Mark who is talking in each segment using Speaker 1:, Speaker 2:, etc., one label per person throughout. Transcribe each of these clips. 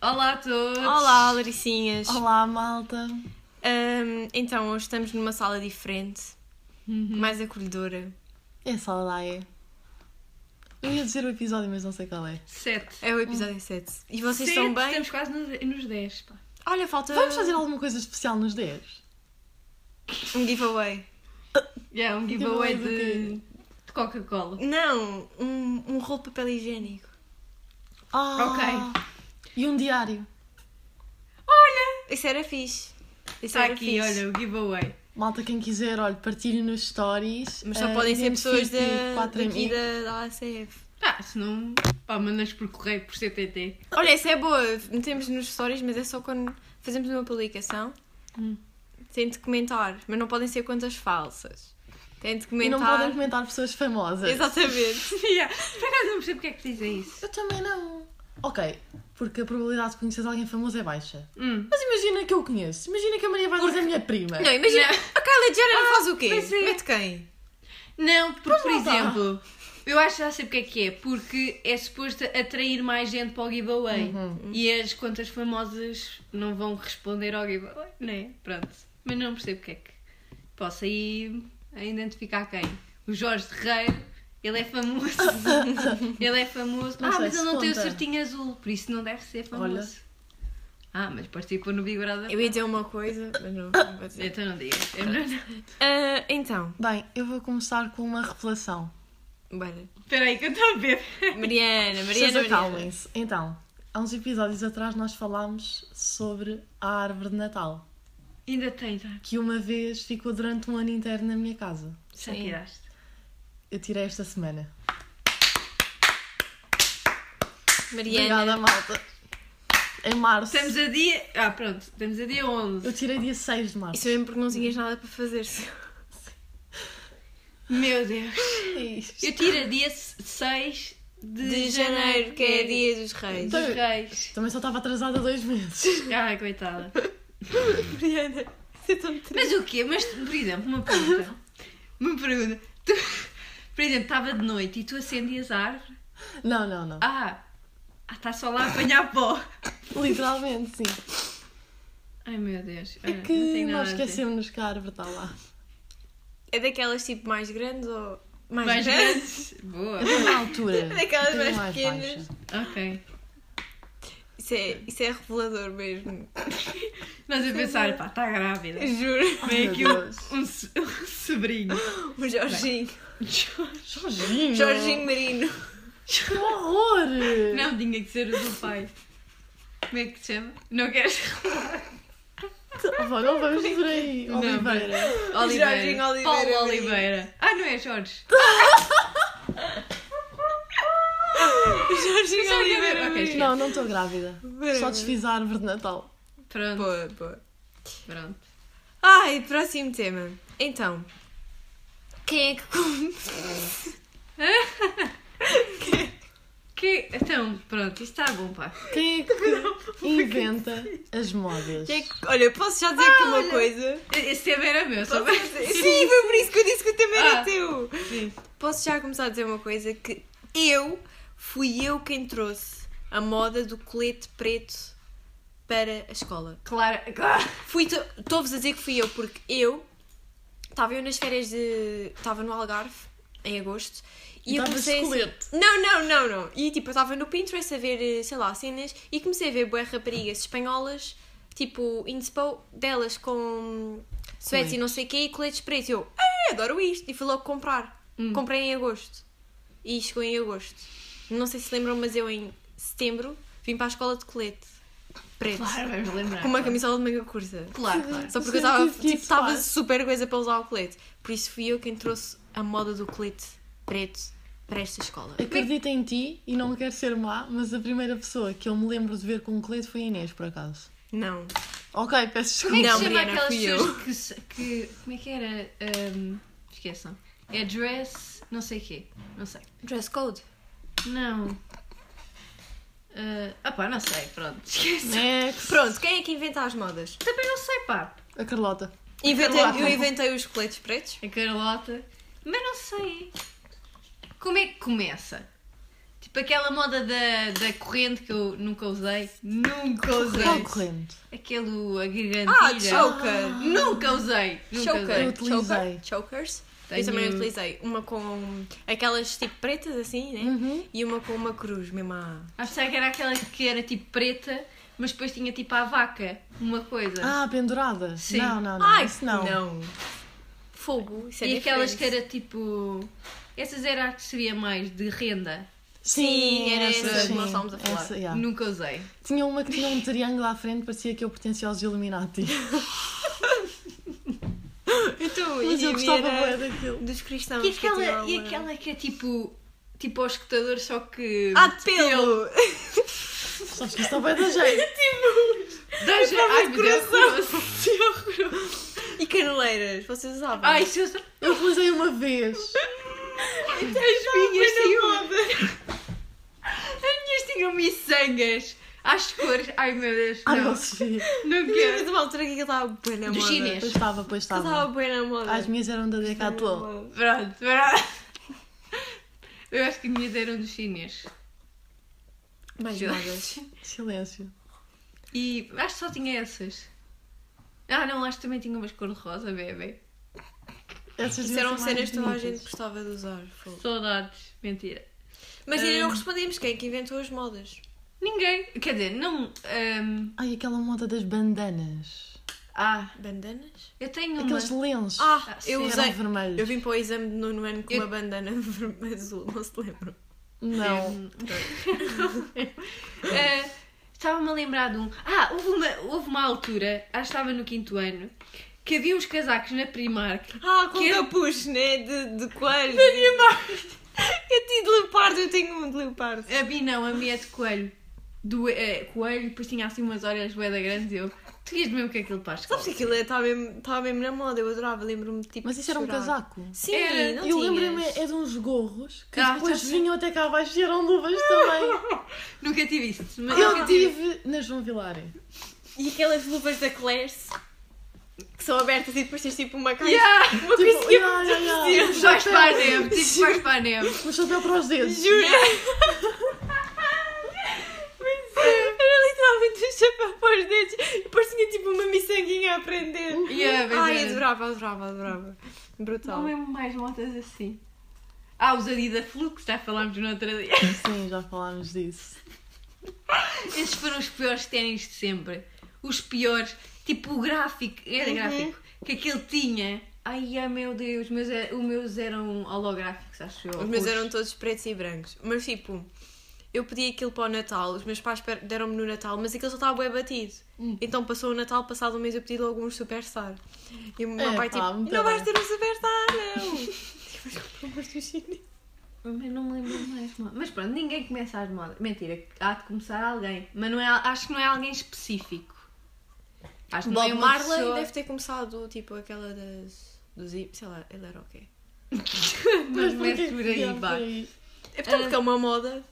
Speaker 1: Olá a todos!
Speaker 2: Olá, Laricinhas!
Speaker 3: Olá, malta.
Speaker 2: Ahm, então, hoje estamos numa sala diferente,
Speaker 1: Uhum.
Speaker 2: mais acolhedora.
Speaker 3: É só lá é. Eu ia dizer o episódio, mas não sei qual é.
Speaker 1: Sete.
Speaker 2: É o episódio 7. E vocês
Speaker 1: Sete,
Speaker 2: estão bem?
Speaker 1: Estamos quase nos, nos dez, pá.
Speaker 2: Olha, falta
Speaker 3: Vamos fazer alguma coisa especial nos 10?
Speaker 2: um giveaway.
Speaker 1: É um giveaway
Speaker 3: Giveaway do
Speaker 1: de, de Coca-Cola.
Speaker 2: Não, um, um rolo de papel higiênico.
Speaker 3: Ah, ok. E um diário.
Speaker 1: Olha!
Speaker 2: Isso era fixe. Isso
Speaker 1: Está
Speaker 2: era
Speaker 1: Tá aqui,
Speaker 2: fixe.
Speaker 1: olha, o giveaway.
Speaker 3: Malta, quem quiser, olha, partilhe nos stories.
Speaker 2: Mas só
Speaker 3: eh,
Speaker 2: podem ser pessoas da,
Speaker 3: identifique quatro
Speaker 2: daqui
Speaker 3: amigos.
Speaker 2: da, da ACF.
Speaker 1: Ah, se não, pá, mandas por correio, por CTT.
Speaker 2: Olha, isso é boa. Metemos nos stories, mas é só quando fazemos uma publicação.
Speaker 3: Hum.
Speaker 2: Tem de comentar, mas não podem ser contas falsas. Tem de
Speaker 3: E
Speaker 2: comentar.
Speaker 3: não podem comentar pessoas famosas.
Speaker 2: Exatamente.
Speaker 1: Yeah. Por acaso não percebo porque é que dizem isso.
Speaker 3: Eu também não. Ok, porque a probabilidade de conhecer alguém famoso é baixa.
Speaker 1: Hum.
Speaker 3: Mas imagina que eu conheço. Imagina que a Maria Vargas é minha prima.
Speaker 2: Não, Ah, imagina, a Kylie Jenner faz o quê?
Speaker 1: pois é.
Speaker 2: Mete quem?
Speaker 1: Não, porque, por
Speaker 3: não dá.
Speaker 1: exemplo, eu acho que já sei porque é que é. Porque é suposto atrair mais gente para o giveaway. E as contas famosas não vão responder ao giveaway, não é? Pronto. Mas não percebo porque é que. Posso aí a identificar quem? O Jorge Terreiro, ele é famoso. ele é famoso.
Speaker 3: Não
Speaker 1: ah,
Speaker 3: sei
Speaker 1: mas
Speaker 3: se
Speaker 1: ele não tem o
Speaker 3: conta.
Speaker 1: certinho azul, por isso não deve ser famoso.
Speaker 3: Olha.
Speaker 1: Ah, mas participou no Big Brother.
Speaker 2: Eu ia dizer uma coisa, mas não, não vou dizer.
Speaker 1: Então não digas. É melhor não.
Speaker 2: Ah, então,
Speaker 3: Bem, eu vou começar com uma revelação.
Speaker 2: bora.
Speaker 1: Espera aí que eu estou a ver.
Speaker 2: Mariana,
Speaker 3: Vocês
Speaker 2: Mariana, Mariana.
Speaker 3: acalmem-se. Então, há uns episódios atrás nós falámos sobre a árvore de Natal,
Speaker 1: Ainda tem, tá?
Speaker 3: que uma vez ficou durante um ano inteiro na minha casa.
Speaker 1: Já
Speaker 2: Sim.
Speaker 1: tiraste.
Speaker 3: Eu tirei esta semana. Obrigada,
Speaker 2: Mariana.
Speaker 3: malta. Em março.
Speaker 1: Estamos a dia. Ah, pronto, estamos a dia 11.
Speaker 3: Eu tirei dia 6 de março.
Speaker 2: Isso é mesmo porque não tinhas nada para fazer.
Speaker 1: Meu Deus.
Speaker 3: Isto.
Speaker 1: Eu tiro a dia 6 de,
Speaker 2: De janeiro, que é dia dos reis.
Speaker 1: dos reis.
Speaker 3: Também só estava atrasada dois meses.
Speaker 1: Ai, coitada.
Speaker 2: Mariana, você é tão triste.
Speaker 1: Mas o quê? Mas, por exemplo, uma pergunta. Uma pergunta. Tu, por exemplo, estava de noite e tu acendias a árvore.
Speaker 3: Não, não, não.
Speaker 1: Ah, ah, está só lá a apanhar pó.
Speaker 3: Literalmente, sim.
Speaker 1: Ai, meu Deus.
Speaker 3: É
Speaker 1: Ah, não
Speaker 3: que
Speaker 1: tenho nada
Speaker 3: nós
Speaker 1: a dizer.
Speaker 3: esquecemos que a árvore está lá.
Speaker 2: É daquelas tipo mais grandes ou. Mais,
Speaker 1: Mais né?
Speaker 2: grandes?
Speaker 1: grandes. Boa.
Speaker 3: Eu tenho uma altura.
Speaker 2: Daquelas
Speaker 3: eu tenho
Speaker 2: mais pequenas.
Speaker 3: baixa.
Speaker 1: Ok.
Speaker 2: Isso é, isso é revelador mesmo.
Speaker 1: Mas a pensar, pá, está grávida.
Speaker 2: Juro.
Speaker 1: Vem
Speaker 3: Ai,
Speaker 1: aqui
Speaker 3: meu
Speaker 1: um,
Speaker 3: Deus.
Speaker 1: um so- um sobrinho.
Speaker 2: O Jorginho.
Speaker 3: Jorginho.
Speaker 2: Jorginho Marino.
Speaker 3: Que horror!
Speaker 1: Não, tinha que ser o do pai. Como é que se chama? Não queres revelar?
Speaker 3: Vá, não vamos por aí.
Speaker 1: Não,
Speaker 3: Oliveira.
Speaker 1: Oliveira.
Speaker 2: Jorginho Oliveira
Speaker 1: Paulo
Speaker 2: Marinho.
Speaker 1: Oliveira. Ah, não é Jorge?
Speaker 2: Jorginho Oliveira.
Speaker 1: Ok,
Speaker 2: Marino.
Speaker 3: Não, não estou grávida.
Speaker 2: Bem,
Speaker 3: Só desfiz a árvore de Natal.
Speaker 1: Pronto,
Speaker 2: Boa, boa.
Speaker 1: pronto.
Speaker 2: Ai, próximo tema. Então, quem é que come?
Speaker 1: Que, então, pronto, isto está bom, pá.
Speaker 3: Quem é que inventa as modas?
Speaker 2: Quem é que- Olha, posso já dizer aqui uma coisa?
Speaker 1: Esse tema era meu, só
Speaker 2: Posso já dizer- Sim, foi por isso que eu disse que o tema era
Speaker 1: Ah.
Speaker 2: teu.
Speaker 1: Sim.
Speaker 2: Posso já começar a dizer uma coisa que eu, fui eu quem trouxe a moda do colete preto para a escola.
Speaker 1: Claro, claro.
Speaker 2: Fui, estou-vos a dizer que fui eu, porque eu estava eu nas férias de. estava no Algarve, em agosto, e eu
Speaker 3: Estavas
Speaker 2: comecei.
Speaker 3: de
Speaker 2: assim-
Speaker 3: colete.
Speaker 2: não, não, não, não. E tipo, eu estava no Pinterest a ver, eh, sei lá, cenas, e comecei a ver bué raparigas espanholas, tipo, inspo delas com suétes e não sei o quê e coletes pretos. E eu, "Ah, adoro isto! E fui logo comprar. Comprei em agosto. E chegou em agosto. Não sei se lembram, mas eu em setembro vim para a escola de colete preto.
Speaker 1: Claro, vamos lembrar.
Speaker 2: Com uma camisola de manga curta.
Speaker 1: Claro, claro.
Speaker 2: Só porque eu
Speaker 3: Sim,
Speaker 2: estava
Speaker 3: que- que
Speaker 2: tipo,
Speaker 3: se
Speaker 2: estava
Speaker 3: faz?
Speaker 2: super coisa para usar o colete. Por isso fui eu quem trouxe a moda do colete preto para esta escola.
Speaker 3: Acredito em ti e não quero ser má, mas a primeira pessoa que eu me lembro de ver com um colete foi a Inês, por acaso.
Speaker 2: Não.
Speaker 3: Ok, peço
Speaker 1: Como é que
Speaker 3: desculpa.
Speaker 2: Não,
Speaker 1: se chama
Speaker 2: Mariana,
Speaker 1: aquelas
Speaker 2: fui eu.
Speaker 1: pessoas que, se- que. Como é que era? Ahm, esqueçam. É dress, não sei o quê. Não sei.
Speaker 2: Dress code.
Speaker 1: Não. Ah, opá, não sei, pronto. Esqueçam.
Speaker 3: Next.
Speaker 2: Pronto, quem é que inventa as modas?
Speaker 1: Também não sei, pá.
Speaker 3: A Carlota.
Speaker 2: Inventei,
Speaker 1: Carlota.
Speaker 2: eu inventei os coletes pretos.
Speaker 1: A Carlota. Mas não sei. Como é que começa? Tipo, Tipo aquela moda da, da corrente que eu nunca usei. Nunca usei.
Speaker 3: Qual corrente?
Speaker 1: Aquele a
Speaker 2: Ah,
Speaker 1: gargantilha.
Speaker 2: choker.
Speaker 1: nunca usei. Nunca
Speaker 2: Choker.
Speaker 3: Eu
Speaker 1: usei.
Speaker 3: utilizei.
Speaker 2: Choker. Chokers. Eu
Speaker 1: Tenho-
Speaker 2: também utilizei. Uma com aquelas tipo pretas assim, né?
Speaker 3: Uhum.
Speaker 2: E uma com uma cruz mesmo à...
Speaker 1: Ah, pensava que era aquela que era tipo preta, mas depois tinha tipo a vaca. Uma coisa.
Speaker 3: Ah, pendurada?
Speaker 1: Sim.
Speaker 3: Não, não, não. isso não.
Speaker 2: Fogo. Isso é
Speaker 1: e aquelas que
Speaker 2: diferente.
Speaker 1: era tipo. Essas era a que seria mais de renda.
Speaker 2: Sim, era essa que nós
Speaker 3: sim.
Speaker 2: estávamos a falar.
Speaker 3: Essa, yeah.
Speaker 1: Nunca usei.
Speaker 3: Tinha uma que tinha um triângulo à frente, parecia que eu pertencia aos Illuminati.
Speaker 2: Então,
Speaker 3: Mas
Speaker 2: e
Speaker 3: eu
Speaker 2: a
Speaker 3: gostava
Speaker 2: minha
Speaker 3: bem
Speaker 2: era
Speaker 3: daquilo.
Speaker 2: Dos cristãos.
Speaker 1: E
Speaker 2: que eu
Speaker 1: aquela, e
Speaker 2: tinha uma-
Speaker 1: aquela que é tipo. Tipo aos escutadores, só que.
Speaker 2: Ah, de pelo!
Speaker 3: Sabes que estava bem da jeito.
Speaker 1: Dá já- Ai, meu Deus, horroroso.
Speaker 2: E caneleiras, vocês usavam?
Speaker 1: Ai, se eu só-
Speaker 3: Eu utilizei uma vez.
Speaker 1: As minhas tinham. As minhas tinham miçangas. Às cores. Ai meu Deus.
Speaker 3: Ah,
Speaker 1: não.
Speaker 3: não se vê.
Speaker 1: Não
Speaker 2: Lembro
Speaker 1: quero.
Speaker 2: de uma altura que aquilo estava bem na
Speaker 1: Dos
Speaker 2: moda.
Speaker 1: chinês.
Speaker 3: Pois estava, pois
Speaker 2: Aquilo Estava
Speaker 3: estava.
Speaker 2: bem na moda.
Speaker 3: As minhas eram da Decathlon.
Speaker 1: Pronto, pronto. Eu acho que me deram um dos chinês.
Speaker 2: Mais modas.
Speaker 3: Silêncio.
Speaker 1: E acho que só tinha essas. Ah não, acho que também tinha umas cor-de-rosa, bebê.
Speaker 3: Essas
Speaker 2: Isso
Speaker 3: deviam
Speaker 2: eram
Speaker 3: ser mais
Speaker 2: cenas que toda a
Speaker 3: bonitas.
Speaker 2: gente gostava de usar. fogo.
Speaker 1: Saudades. Mentira.
Speaker 2: Mas ainda não
Speaker 1: Hum.
Speaker 2: respondemos quem é que inventou as modas.
Speaker 1: Ninguém. Quer dizer, não. ahm,
Speaker 3: Ai, aquela moda das bandanas.
Speaker 1: Ah,
Speaker 2: Bandanas?
Speaker 1: eu tenho uma.
Speaker 3: Aqueles lenços.
Speaker 2: Ah,
Speaker 1: sim.
Speaker 2: eu
Speaker 3: eram
Speaker 2: usei.
Speaker 3: vermelhos.
Speaker 2: Eu vim para o exame de nono ano com
Speaker 1: Eu-
Speaker 2: uma bandana vermelha azul, não se lembram? um
Speaker 3: Não.
Speaker 1: Ah, Estava-me a lembrar de um. Ah, houve uma, houve uma altura, acho que estava no quinto ano, que havia uns casacos na Primark.
Speaker 2: Ah, com
Speaker 1: Que eu-
Speaker 2: capuz, né? De, de coelho. Da minha Eu tinha de leopardo, eu tenho um de leopardo.
Speaker 1: A mim não, a minha é de coelho. Do, eh, coelho, depois tinha assim umas orelhas bué da grandes e eu. Tu querias mesmo que aquilo para a escola?
Speaker 2: Sabes que aquilo estava mesmo, estava mesmo na moda, eu adorava, lembro-me tipo.
Speaker 3: Mas
Speaker 2: de
Speaker 3: isso era um
Speaker 2: chorar.
Speaker 3: casaco.
Speaker 2: Sim,
Speaker 1: Era.
Speaker 2: não
Speaker 3: eu
Speaker 2: tinhas.
Speaker 3: lembro-me é de uns gorros que
Speaker 1: Ah,
Speaker 3: depois
Speaker 1: já sei.
Speaker 3: vinham até cá abaixo e eram luvas também.
Speaker 1: Nunca tive isso. Mas
Speaker 2: é
Speaker 3: Eu
Speaker 1: nunca tive.
Speaker 3: tive na João Vilarem.
Speaker 2: E aquelas luvas da Claire's que são abertas e depois tens tipo uma caixa.
Speaker 1: Yeah!
Speaker 2: Uma
Speaker 3: Tipo,
Speaker 2: coisinha
Speaker 3: yeah,
Speaker 2: muito
Speaker 3: yeah, yeah.
Speaker 1: Tipo,
Speaker 2: parecida.
Speaker 1: vais para a
Speaker 2: né?
Speaker 1: neve, tipo, vais para a neve.
Speaker 3: Um chapéu para os dedos.
Speaker 2: Jura? Mas é, era literalmente um chapéu para os dedos e depois tinha tipo uma miçanguinha a prender.
Speaker 1: Yeah, mas
Speaker 2: Ai,
Speaker 1: era.
Speaker 2: adorava, adorava, adorava. Brutal.
Speaker 1: Não lembro mais motas assim. Ah, os Adidas Flux, já falámos no outro dia.
Speaker 3: Sim, já falámos disso.
Speaker 1: Esses foram os piores ténis de sempre. Os piores. Tipo, o gráfico. Era
Speaker 2: Uhum.
Speaker 1: gráfico. Que aquilo tinha. Ai, ai meu Deus. Meus, é- os meus eram holográficos, acho eu.
Speaker 2: Os meus
Speaker 1: roxos.
Speaker 2: eram todos pretos e brancos. Mas tipo, eu pedi aquilo para o Natal, os meus pais per- deram-me no Natal, mas aquilo só estava bem batido. Então passou o Natal, passado um mês eu pedi logo um Superstar. E o meu
Speaker 3: É,
Speaker 2: pai
Speaker 3: pá,
Speaker 2: tipo,
Speaker 3: muito
Speaker 2: não vais
Speaker 3: bem."
Speaker 2: ter um Superstar, não! Tipo, pelo amor do chinês.
Speaker 1: Mas não me lembro mais. mo- Mas pronto, ninguém começa as modas. Mentira, há de começar alguém. Mas não é, acho que não é alguém específico. Acho que não é
Speaker 2: Bob
Speaker 1: uma
Speaker 2: Marley
Speaker 1: pessoa...
Speaker 2: deve ter começado tipo aquela das. do zip, sei lá, ele era o quê?
Speaker 1: Mas
Speaker 3: porquê que
Speaker 1: começa por aí,
Speaker 3: vieram
Speaker 1: vá.
Speaker 3: por aí?
Speaker 2: É porque, porque é uma moda.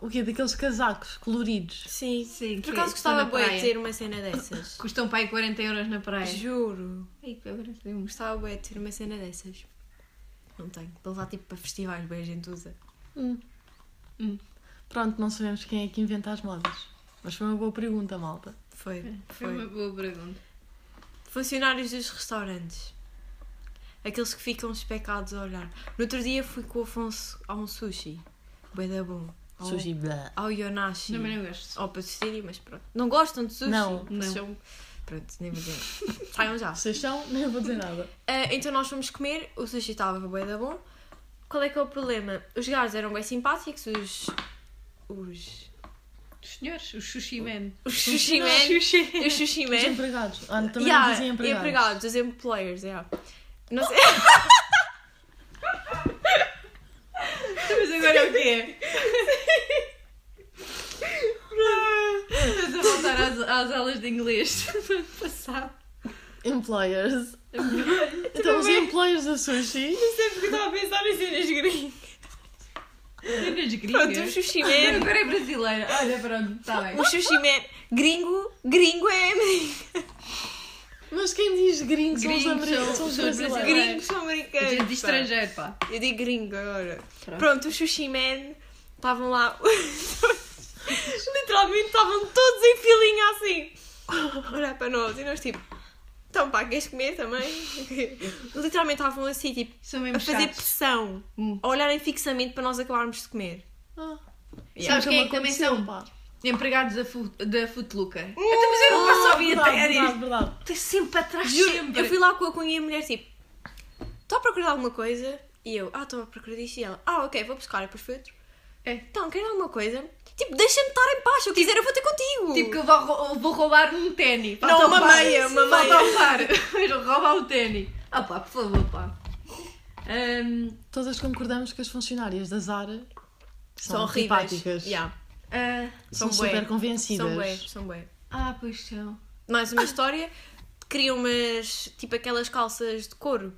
Speaker 3: O quê? Daqueles casacos coloridos.
Speaker 2: Sim.
Speaker 1: Sim,
Speaker 2: Por
Speaker 1: que
Speaker 2: acaso
Speaker 1: estão
Speaker 2: gostava
Speaker 1: na
Speaker 2: bem
Speaker 1: praia.
Speaker 2: de ter uma cena dessas.
Speaker 1: Custam para aí 40 euros na praia.
Speaker 2: Juro.
Speaker 1: Ai, que agora um sabemos.
Speaker 2: Gostava bem de ter uma cena dessas. Não tenho. Para levar tipo para festivais, bem a gente usa.
Speaker 3: Hum. Hum. Pronto, não sabemos quem é que inventa as modas. Mas foi uma boa pergunta, malta.
Speaker 2: Foi.
Speaker 1: Foi uma
Speaker 2: Foi.
Speaker 1: boa pergunta.
Speaker 2: Funcionários dos restaurantes. Aqueles que ficam especados a olhar. No outro dia fui com o Afonso a um sushi. Bué da bom. Ao,
Speaker 3: Sushi blá.
Speaker 2: Ao Yonashi.
Speaker 1: Também não gosto.
Speaker 2: Ou para sushi, mas pronto. Não gostam de sushi?
Speaker 3: Não,
Speaker 2: Vocês
Speaker 1: não.
Speaker 2: são- Pronto, nem vou dizer nada. Saiam já.
Speaker 3: Vocês são? Nem vou dizer nada.
Speaker 2: Ah, então nós fomos comer, o sushi estava bué da bom. Qual é que é o problema? Os gajos eram bem simpáticos, os... Os...
Speaker 1: Os senhores, os sushi men.
Speaker 2: Os sushi men. Os sushi
Speaker 3: Os
Speaker 2: men.
Speaker 3: empregados. Ah, também
Speaker 2: Yeah,
Speaker 3: não dizem empregados.
Speaker 2: empregados, os employers, yeah. Não sei...
Speaker 1: Mas agora é o quê? Estás a voltar às, às aulas de inglês do ano passado.
Speaker 3: Employers. então, os employers do sushi.
Speaker 2: Não sei porque estava a pensar em cenas gringas.
Speaker 1: Cenas
Speaker 2: Pronto, os
Speaker 1: gringas.
Speaker 2: sushi
Speaker 1: Eu
Speaker 2: men.
Speaker 1: agora é brasileira. Olha, pronto, está bem.
Speaker 2: O sushi man gringo, gringo é
Speaker 3: Mas quem diz gringos, são os
Speaker 1: Gringos
Speaker 3: americanos. São os
Speaker 1: são os
Speaker 2: é.
Speaker 3: brasileiros.
Speaker 1: brasileiros.
Speaker 2: Gringos são
Speaker 1: A
Speaker 2: americanos.
Speaker 1: gente de
Speaker 2: pá.
Speaker 1: estrangeiro, pá.
Speaker 2: Eu digo gringo agora.
Speaker 1: Pronto.
Speaker 2: Pronto, o sushi man Estavam lá. Literalmente estavam todos em filinha assim. Olhar para nós e nós tipo. Então pá, queres comer também? Literalmente estavam assim, tipo,
Speaker 1: São
Speaker 2: a
Speaker 1: mesmo
Speaker 2: fazer
Speaker 1: chatos.
Speaker 2: pressão,
Speaker 1: Hum.
Speaker 2: a olharem fixamente para nós acabarmos de comer.
Speaker 3: Ah,
Speaker 1: Sabes
Speaker 3: nunca
Speaker 1: quem é que também
Speaker 3: me aconteceu,
Speaker 1: são?
Speaker 3: pá.
Speaker 1: Empregados da, fu da Footlooker. Até mas eu não posso ouvir
Speaker 3: verdade,
Speaker 1: até
Speaker 3: verdade,
Speaker 1: isto.
Speaker 3: verdade.
Speaker 1: Estás sempre atrás,
Speaker 2: Juro,
Speaker 1: sempre.
Speaker 2: eu fui lá com a cunha e a mulher tipo, estou a procurar alguma coisa? E eu, ah, estou a procurar isto. E ela, ah, ok, vou buscar. E depois foi outro.
Speaker 1: É.
Speaker 2: Então, quer alguma coisa? Tipo, deixa-me estar em paz, se eu quiser eu vou ter contigo.
Speaker 1: Tipo que eu vou, rou- vou roubar um tênis.
Speaker 2: Não, é
Speaker 1: Falta um
Speaker 2: uma
Speaker 1: par.
Speaker 2: meia, uma
Speaker 1: Falta um par. Mas rouba o tênis. Ah pá, por favor, pá. Hum, Ahm,
Speaker 3: Todas concordamos que as funcionárias da Zara
Speaker 2: são
Speaker 3: são,
Speaker 2: horríveis.
Speaker 3: antipáticas.
Speaker 2: Yeah.
Speaker 1: ah,
Speaker 3: São,
Speaker 2: São bué.
Speaker 3: super
Speaker 2: São bué,
Speaker 3: convencidas.
Speaker 2: são bué.
Speaker 1: ah, pois são.
Speaker 2: Mais uma história, queria umas, tipo aquelas calças de couro,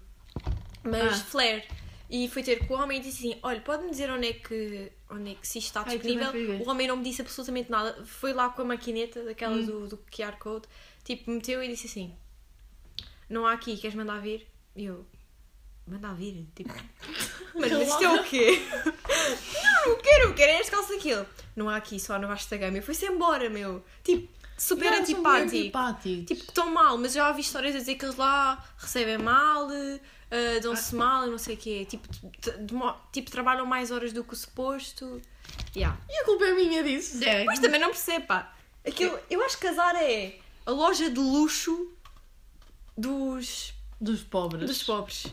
Speaker 2: mas
Speaker 1: Ah.
Speaker 2: flare. E fui ter com o homem e disse assim, olha, pode-me dizer onde é que, onde é que se isto está
Speaker 1: Ai, também
Speaker 2: disponível?
Speaker 1: fui ver.
Speaker 2: o homem não me disse absolutamente nada, foi lá com a maquineta daquela
Speaker 1: Hum.
Speaker 2: do, do QR Code, tipo, meteu e disse assim, não há aqui, queres mandar vir? E eu, mandar vir? Tipo, mas mas isto é o quê? não, não quero, eu quero é as calças daquilo. Não há aqui, só no baixo da gama. E foi-se embora, meu. Tipo, super
Speaker 3: Yeah, são bué
Speaker 2: antipático.
Speaker 3: antipáticos.
Speaker 2: Tipo, que estão mal, mas já ouvi histórias a dizer que eles lá recebem mal, eh,
Speaker 3: Ah.
Speaker 2: dão-se mal e não sei o quê. Tipo, t- demo- tipo, trabalham mais horas do que o suposto. Yeah.
Speaker 3: E a culpa é minha disso.
Speaker 1: É.
Speaker 2: Mas também não percebo, pá. Aquilo, eu acho que a Zara é a loja de luxo dos,
Speaker 3: Dos pobres.
Speaker 2: dos pobres.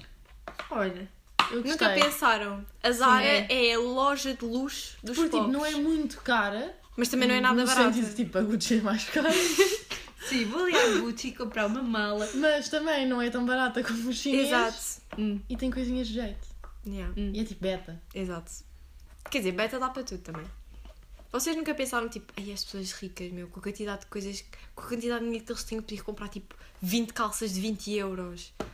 Speaker 1: Olha.
Speaker 3: Eu gostei.
Speaker 2: Nunca pensaram. A Zara
Speaker 1: é.
Speaker 2: é. a loja de luxo dos
Speaker 3: Porque, tipo,
Speaker 2: pobres.
Speaker 3: não é muito cara.
Speaker 2: Mas também não é nada
Speaker 3: no
Speaker 2: barato.
Speaker 3: sentido, tipo, a Gucci é mais cara.
Speaker 1: Sim, vou ali à Gucci comprar uma mala.
Speaker 3: Mas também não é tão barata como os chineses.
Speaker 2: Exato.
Speaker 1: Hum.
Speaker 3: E tem coisinhas de jeito.
Speaker 2: Yeah.
Speaker 3: E é tipo beta.
Speaker 2: Exato. Quer dizer, beta dá para tudo também. Vocês nunca pensaram, tipo, ai, as pessoas ricas, meu, com a quantidade de coisas, com a quantidade de dinheiro que eles têm, eu podia comprar, tipo, 20 calças de 20 euros. Eu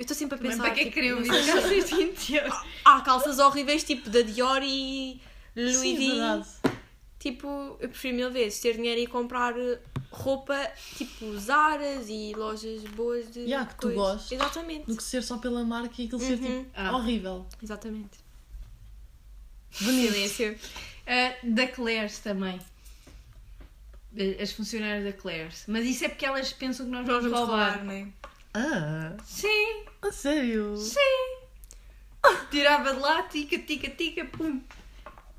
Speaker 2: estou sempre a
Speaker 1: Mas
Speaker 2: pensar.
Speaker 1: para que é que
Speaker 2: tipo,
Speaker 1: queriam vir
Speaker 2: nessas-
Speaker 1: calças de 20 euros?
Speaker 2: Há calças horríveis, tipo, da Dior e Louis
Speaker 3: Sim, é
Speaker 2: V.
Speaker 3: verdade.
Speaker 2: Tipo, eu prefiro mil vezes ter dinheiro e comprar eh, roupa, tipo, Zaras e lojas boas de.
Speaker 3: Yeah, que tu
Speaker 2: coisas.
Speaker 3: gostes.
Speaker 2: Exatamente.
Speaker 3: Do que ser só pela marca e aquilo ser
Speaker 2: Uhum.
Speaker 3: tipo
Speaker 1: Ah. oh,
Speaker 3: horrível.
Speaker 2: Exatamente.
Speaker 3: Bonito.
Speaker 2: Silêncio.
Speaker 1: Ah, da Claire's também. Ah, As funcionárias da Claire's. Mas isso é porque elas pensam que nós
Speaker 2: Nós
Speaker 1: vamos
Speaker 2: vamos
Speaker 1: roubar.
Speaker 2: roubar, não é?
Speaker 3: Ah,
Speaker 1: Sim,
Speaker 3: a sério?
Speaker 1: sim. Tirava de lá, tica, tica, tica, pum.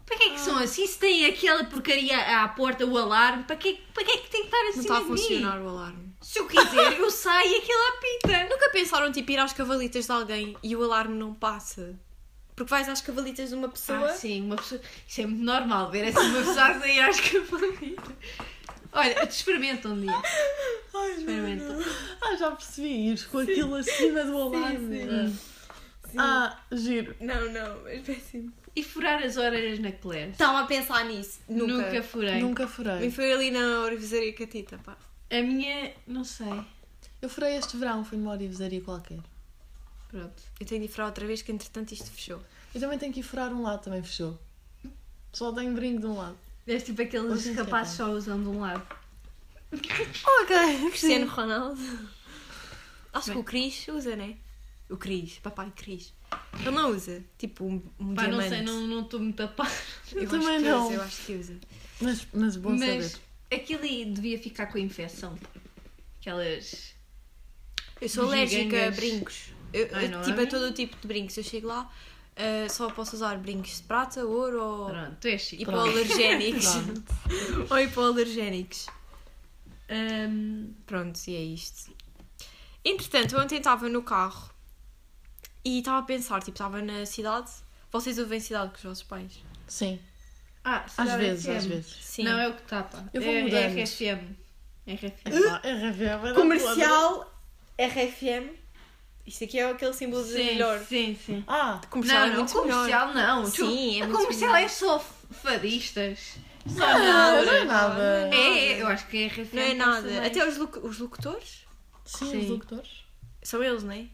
Speaker 1: Para que é que são assim? Se tem aquela porcaria à porta, o alarme, para que, para que é que tem que estar
Speaker 2: Não
Speaker 1: assim
Speaker 2: está a
Speaker 1: de mim?
Speaker 2: funcionar o alarme.
Speaker 1: Se eu quiser, eu saio e aquilo apita.
Speaker 2: Nunca pensaram tipo ir às cavalitas de alguém e o alarme não passa? Porque vais às cavalitas de uma pessoa.
Speaker 1: Ah, sim, uma pessoa. Isso é muito normal ver assim uma pessoa a sair é às cavalitas. Olha, te experimenta um dia.
Speaker 3: Ai,
Speaker 1: Experimenta.
Speaker 3: Ah, já percebi. Ires com aquilo acima do alarme. Ah, giro.
Speaker 2: Não, não, é péssimo.
Speaker 1: E furar as orelhas na Claire's.
Speaker 2: Estava a pensar nisso. Tá, Nunca.
Speaker 1: Nunca furei.
Speaker 3: Nunca
Speaker 2: E
Speaker 3: furei.
Speaker 2: foi ali na Orivesaria Catita, pá.
Speaker 1: A minha, não sei.
Speaker 3: Eu furei este verão, fui numa orivesaria qualquer.
Speaker 1: Pronto.
Speaker 2: Eu tenho de ir furar outra vez que entretanto isto fechou.
Speaker 3: Eu também tenho que ir furar um lado, também fechou. Só tenho brinco de um lado.
Speaker 1: És tipo aqueles
Speaker 3: Hoje em dia
Speaker 1: rapazes só usam de um lado.
Speaker 3: Ok,
Speaker 2: Cristiano Ronaldo. Acho que o Cris usa, né? O Cris, papai Cris. Ele não usa. Tipo um, um
Speaker 1: Pá, não
Speaker 2: diamante.
Speaker 1: sei, não não estou muito a par.
Speaker 2: Eu, acho
Speaker 3: também
Speaker 2: que
Speaker 3: não.
Speaker 2: Usa, eu acho que usa.
Speaker 3: Mas, mas bom
Speaker 1: Mas
Speaker 3: saber.
Speaker 1: aquilo aí devia ficar com a infecção. Aquelas.
Speaker 2: Eu sou
Speaker 1: Dos
Speaker 2: alérgica a
Speaker 1: gigantes.
Speaker 2: brincos. Eu-
Speaker 1: Ai,
Speaker 2: eu,
Speaker 1: não é?
Speaker 2: tipo, a todo o tipo de brincos. Eu chego lá, ah, só posso usar brincos de prata, ouro ou
Speaker 1: Pronto, tu és chique.
Speaker 2: hipoalergénicos. ou hipoalergénicos. é?
Speaker 1: Ahm,
Speaker 2: Pronto, e é isto. Entretanto, ontem estava no carro e estava a pensar, tipo, estava na cidade. Vocês ouvem cidade com os vossos pais?
Speaker 3: Sim,
Speaker 1: Ah, se
Speaker 3: às
Speaker 2: é
Speaker 1: calhar
Speaker 3: vezes,
Speaker 1: FM.
Speaker 3: às vezes.
Speaker 2: Sim.
Speaker 1: Não, é o que tapa.
Speaker 3: Eu vou
Speaker 1: é,
Speaker 3: mudando.
Speaker 1: é RFM.
Speaker 2: Ah,
Speaker 1: RFM.
Speaker 3: Epá, é RFM era podre.
Speaker 2: Comercial, RFM. Isto aqui é aquele símbolo de melhor.
Speaker 1: sim, sim.
Speaker 3: Ah,
Speaker 2: Comercial
Speaker 1: Não,
Speaker 2: é
Speaker 1: não,
Speaker 2: muito melhor.
Speaker 1: comercial não.
Speaker 2: Sim, é
Speaker 1: a
Speaker 2: muito
Speaker 1: comercial
Speaker 2: melhor.
Speaker 1: é só f- fadistas. Só
Speaker 3: não, não
Speaker 1: nada.
Speaker 3: é nada.
Speaker 1: É, é, eu acho que é RFM.
Speaker 2: Não é
Speaker 1: passa
Speaker 2: nada.
Speaker 1: bem.
Speaker 2: Até os, locu- os locutores
Speaker 3: Sim, os
Speaker 1: Sim.
Speaker 3: locutores.
Speaker 2: são eles, não é?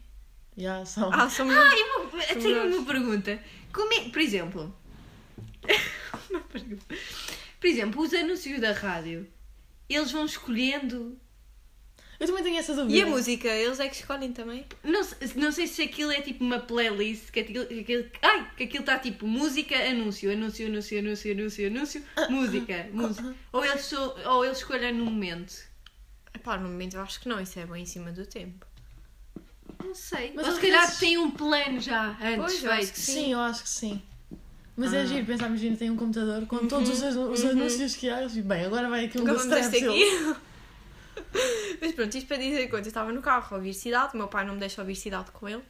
Speaker 3: Já são.
Speaker 2: Ah, são eles.
Speaker 1: Ah, eu vou- eu tenho uma pergunta. Como é- por exemplo, uma pergunta. Por exemplo, os anúncios da rádio, eles vão escolhendo
Speaker 3: Eu também tenho essa dúvida.
Speaker 2: E a música? Eles é que escolhem também?
Speaker 1: Não, se- não sei se aquilo é tipo uma playlist, que aquilo, que aquilo, ai, que aquilo está tipo música, anúncio, anúncio, anúncio, anúncio, anúncio, anúncio, música, música. Ou eles, só- ou eles escolhem no momento.
Speaker 2: Pá, no momento eu acho que não, isso é bem em cima do tempo.
Speaker 1: Não sei.
Speaker 3: Mas
Speaker 1: ou
Speaker 3: às
Speaker 1: se calhar
Speaker 3: vezes-
Speaker 1: tem um plano já antes
Speaker 2: Pois, eu acho
Speaker 1: feito.
Speaker 2: que
Speaker 3: Sim.
Speaker 2: Sim.
Speaker 3: eu acho que sim. Mas
Speaker 2: Ah.
Speaker 3: é giro, pensar, imagina, tem um computador com todos os, anu- os anúncios que há. eu digo, Bem, agora vai aqui um
Speaker 2: Uhum, Nunca
Speaker 3: Ghost
Speaker 2: vamos a
Speaker 3: Trap.
Speaker 2: este
Speaker 3: seu.
Speaker 2: aqui. Mas pronto, isto para dizer quando eu estava no carro a ouvir cidade, o meu pai não me deixa ouvir cidade com ele.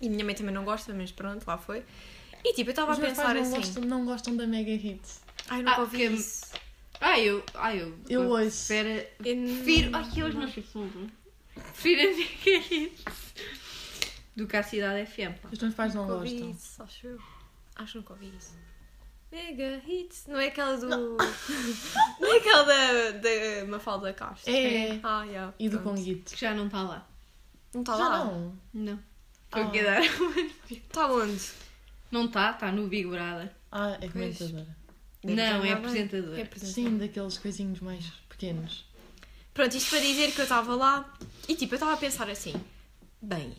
Speaker 2: E a minha mãe também não gosta, mas pronto, lá foi. E tipo, eu estava a
Speaker 3: Os meus pais
Speaker 2: pensar
Speaker 3: não,
Speaker 2: assim.
Speaker 3: gostam, não gostam da Mega Hit.
Speaker 2: Ai, nunca
Speaker 1: Ah,
Speaker 2: ouvi
Speaker 1: que-
Speaker 2: isso.
Speaker 1: Ai, eu. Ai, eu.
Speaker 3: Eu ouço.
Speaker 1: Espera.
Speaker 2: Eu não-
Speaker 1: Prefiro. Ai, que hoje não fico mudo. Prefiro a Mega Hits do que a Cidade FM. pá.
Speaker 3: Os meus pais não
Speaker 2: Nunca ouvi
Speaker 3: gostam.
Speaker 2: isso, acho eu. Acho que nunca ouvi isso. Mega hits. Não é aquela do. Não, é aquela da, da Mafalda Castro.
Speaker 3: É.
Speaker 2: Ah, yeah.
Speaker 3: E do
Speaker 2: pronto.
Speaker 3: Conguito.
Speaker 1: Que já não está lá.
Speaker 2: Não está
Speaker 3: Já
Speaker 2: lá.
Speaker 3: não.
Speaker 1: Não. Oh.
Speaker 3: Ah.
Speaker 1: Vou quedar.
Speaker 2: Está Tá onde?
Speaker 1: Não está, está no Big Brother.
Speaker 3: Ah, é comentadora.
Speaker 1: Não, é
Speaker 2: Deve estar lá Então bem.
Speaker 1: apresentadora.
Speaker 2: É apresentadora.
Speaker 3: Sim, daqueles coisinhos mais pequenos.
Speaker 2: Pronto, isto para dizer que eu estava lá e tipo, eu estava a pensar assim: bem,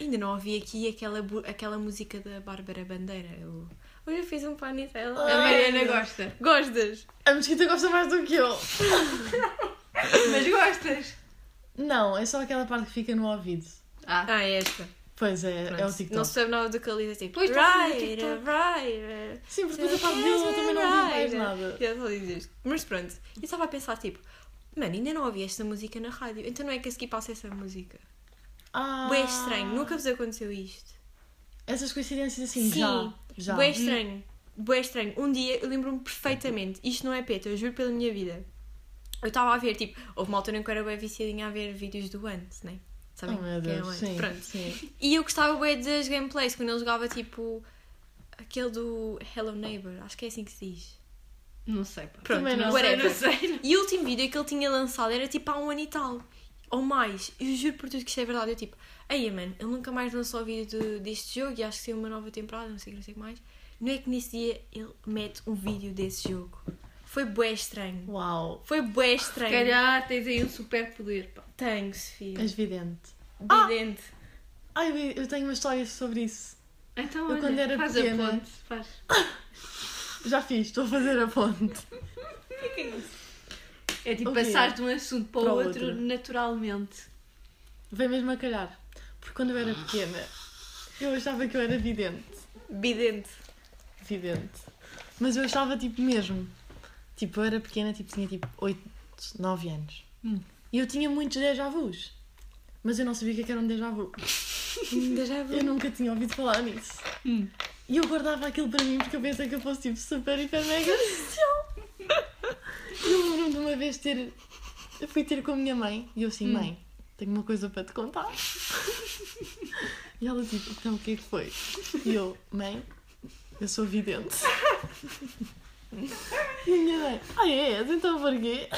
Speaker 2: ainda não ouvi aqui aquela, bu- aquela música da Bárbara Bandeira. Eu... Hoje eu fiz um
Speaker 3: Ah.
Speaker 2: panitela.
Speaker 1: A Mariana
Speaker 3: Ai.
Speaker 1: gosta.
Speaker 2: Gostas?
Speaker 3: A mosquita gosta mais do que eu.
Speaker 1: Mas gostas.
Speaker 3: Não, é só aquela parte que fica no ouvido.
Speaker 1: Ah,
Speaker 2: Ah, é esta.
Speaker 3: Pois é,
Speaker 2: Pronto.
Speaker 3: é o TikTok.
Speaker 2: Não se sabe nada do que ele diz, é tipo,
Speaker 1: Pois, está a fazer
Speaker 2: Rider, Rider.
Speaker 3: Sim, porque depois a parte deles eu também não
Speaker 2: é
Speaker 3: ouvi mais nada.
Speaker 2: Eu só digo isto. Mas pronto, eu estava a pensar, tipo, mano, ainda não ouvi esta música na rádio, então não é que a seguir passa essa música.
Speaker 3: Ah,
Speaker 2: Bué estranho, nunca vos aconteceu isto.
Speaker 3: Essas coincidências assim,
Speaker 2: Sim.
Speaker 3: já. Já.
Speaker 2: Bué estranho, bué estranho. Um dia, eu lembro-me perfeitamente, isto não é peta, eu juro pela minha vida. Eu estava a ver, tipo, houve uma altura em que eu era bué viciadinha a ver vídeos do Ant, né? Sabem
Speaker 3: Oh meu
Speaker 2: quem é o
Speaker 3: Deus,
Speaker 2: Ant?
Speaker 3: sim,
Speaker 2: Pronto.
Speaker 3: sim.
Speaker 2: E eu gostava bem das gameplays, quando ele jogava tipo aquele do Hello Neighbor, acho que é assim que se diz.
Speaker 1: não sei. pá.
Speaker 2: Pronto,
Speaker 3: Também
Speaker 1: Não sei,
Speaker 2: whatever.
Speaker 1: não sei.
Speaker 2: E o último vídeo que ele tinha lançado era tipo há um ano e tal, ou mais. Eu juro por tudo que isto é verdade. Eu tipo, aí mano, ele nunca mais lançou o vídeo de- deste jogo e acho que tem uma nova temporada, não sei o que, não sei o que mais. Não é que nesse dia ele mete um vídeo desse jogo. Foi bué estranho.
Speaker 3: Uau.
Speaker 2: Foi bué
Speaker 1: Se
Speaker 2: estranho.
Speaker 1: calhar tens aí um super poder, pá.
Speaker 2: Tenho, Sofia.
Speaker 3: És vidente.
Speaker 1: Ah!
Speaker 2: Vidente.
Speaker 3: é Ai, eu- eu tenho uma história sobre isso.
Speaker 1: Então,
Speaker 3: Eu
Speaker 1: olha,
Speaker 3: quando era
Speaker 1: faz
Speaker 3: pequena-
Speaker 1: a ponte. Faz.
Speaker 3: Já fiz, estou a fazer a ponte.
Speaker 1: É tipo
Speaker 3: O quê?
Speaker 1: passar de um assunto para o
Speaker 3: Para o
Speaker 1: outro,
Speaker 3: outro.
Speaker 1: naturalmente.
Speaker 3: Vem mesmo a calhar. Porque quando eu era pequena, eu achava que eu era vidente.
Speaker 2: Vidente.
Speaker 3: Vidente. Mas eu achava tipo mesmo. Tipo, eu era pequena, tipo, tinha tipo 8, 9 anos.
Speaker 1: Hum.
Speaker 3: E eu tinha muitos déjà vus. Mas eu não sabia o que é que era um déjà vu.
Speaker 2: Ainda já
Speaker 3: Eu nunca tinha ouvido falar nisso.
Speaker 1: Hum.
Speaker 3: E eu guardava aquilo para mim porque eu pensei que eu fosse tipo super, hiper, mega especial. E eu lembro-me de uma vez ter. Eu fui ter com a minha mãe e eu assim, mãe, tenho uma coisa para te contar. e ela tipo, então o que é que foi? E eu, mãe, eu sou vidente. e a minha mãe, ah é? Então porquê?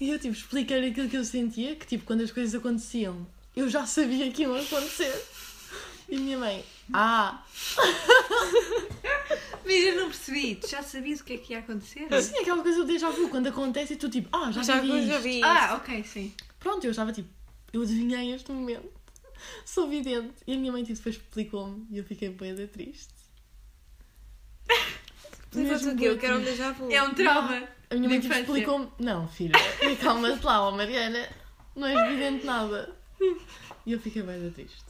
Speaker 3: E eu tipo, expliquei aquilo que eu sentia, que tipo, quando as coisas aconteciam, eu já sabia que iam acontecer. E a minha mãe, ah,
Speaker 1: Mas eu não percebi. Tu já sabias o que é que ia acontecer?
Speaker 3: Sim, aquela coisa do déjà vu, quando acontece e tu tipo, ah, já,
Speaker 2: Já,
Speaker 3: vi isto.
Speaker 2: já vi isto.
Speaker 1: Ah, ok, sim.
Speaker 3: Pronto, eu estava tipo, eu adivinhei este momento, sou vidente. E a minha mãe tipo, depois explicou-me e eu fiquei boeda triste.
Speaker 2: Levanta o
Speaker 3: Mesmo
Speaker 2: quê? Eu
Speaker 3: bué
Speaker 2: quero um
Speaker 3: triste.
Speaker 2: déjà vu.
Speaker 1: É um trauma.
Speaker 3: A
Speaker 1: de
Speaker 3: minha mãe tipo,
Speaker 1: infância.
Speaker 3: explicou-me, não filha, calma-te lá, ó Mariana, não és vidente nada. E eu fiquei boeda triste.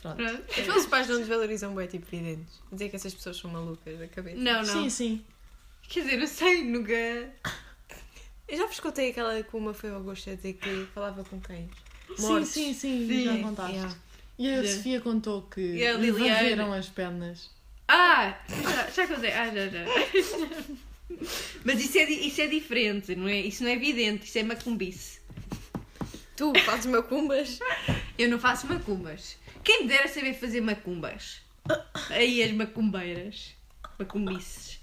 Speaker 3: Pronto.
Speaker 1: Pronto.
Speaker 2: Os meus pais não desvalorizam bem tipo videntes. Dizer que essas pessoas são malucas da cabeça.
Speaker 1: Não, não.
Speaker 3: Sim, sim.
Speaker 1: Quer dizer, eu sei, nunca.
Speaker 2: Eu já vos contei aquela que uma foi ao gosto a dizer que falava com quem?
Speaker 3: Sim, sim, sim,
Speaker 1: Sim. É,
Speaker 3: já contaste.
Speaker 2: Yeah.
Speaker 3: E a
Speaker 1: Já.
Speaker 3: Sofia contou que
Speaker 1: E a
Speaker 3: lhe
Speaker 1: Liliana.
Speaker 3: varreram as pernas.
Speaker 1: Ah, já, já contei. Ah, já, já. Mas isso é, di- isso é diferente, não é? Isso não é evidente, isso é macumbice.
Speaker 2: Tu fazes macumbas?
Speaker 1: Eu não faço macumbas. Quem me dera saber fazer macumbas? Aí as macumbeiras. Macumbices.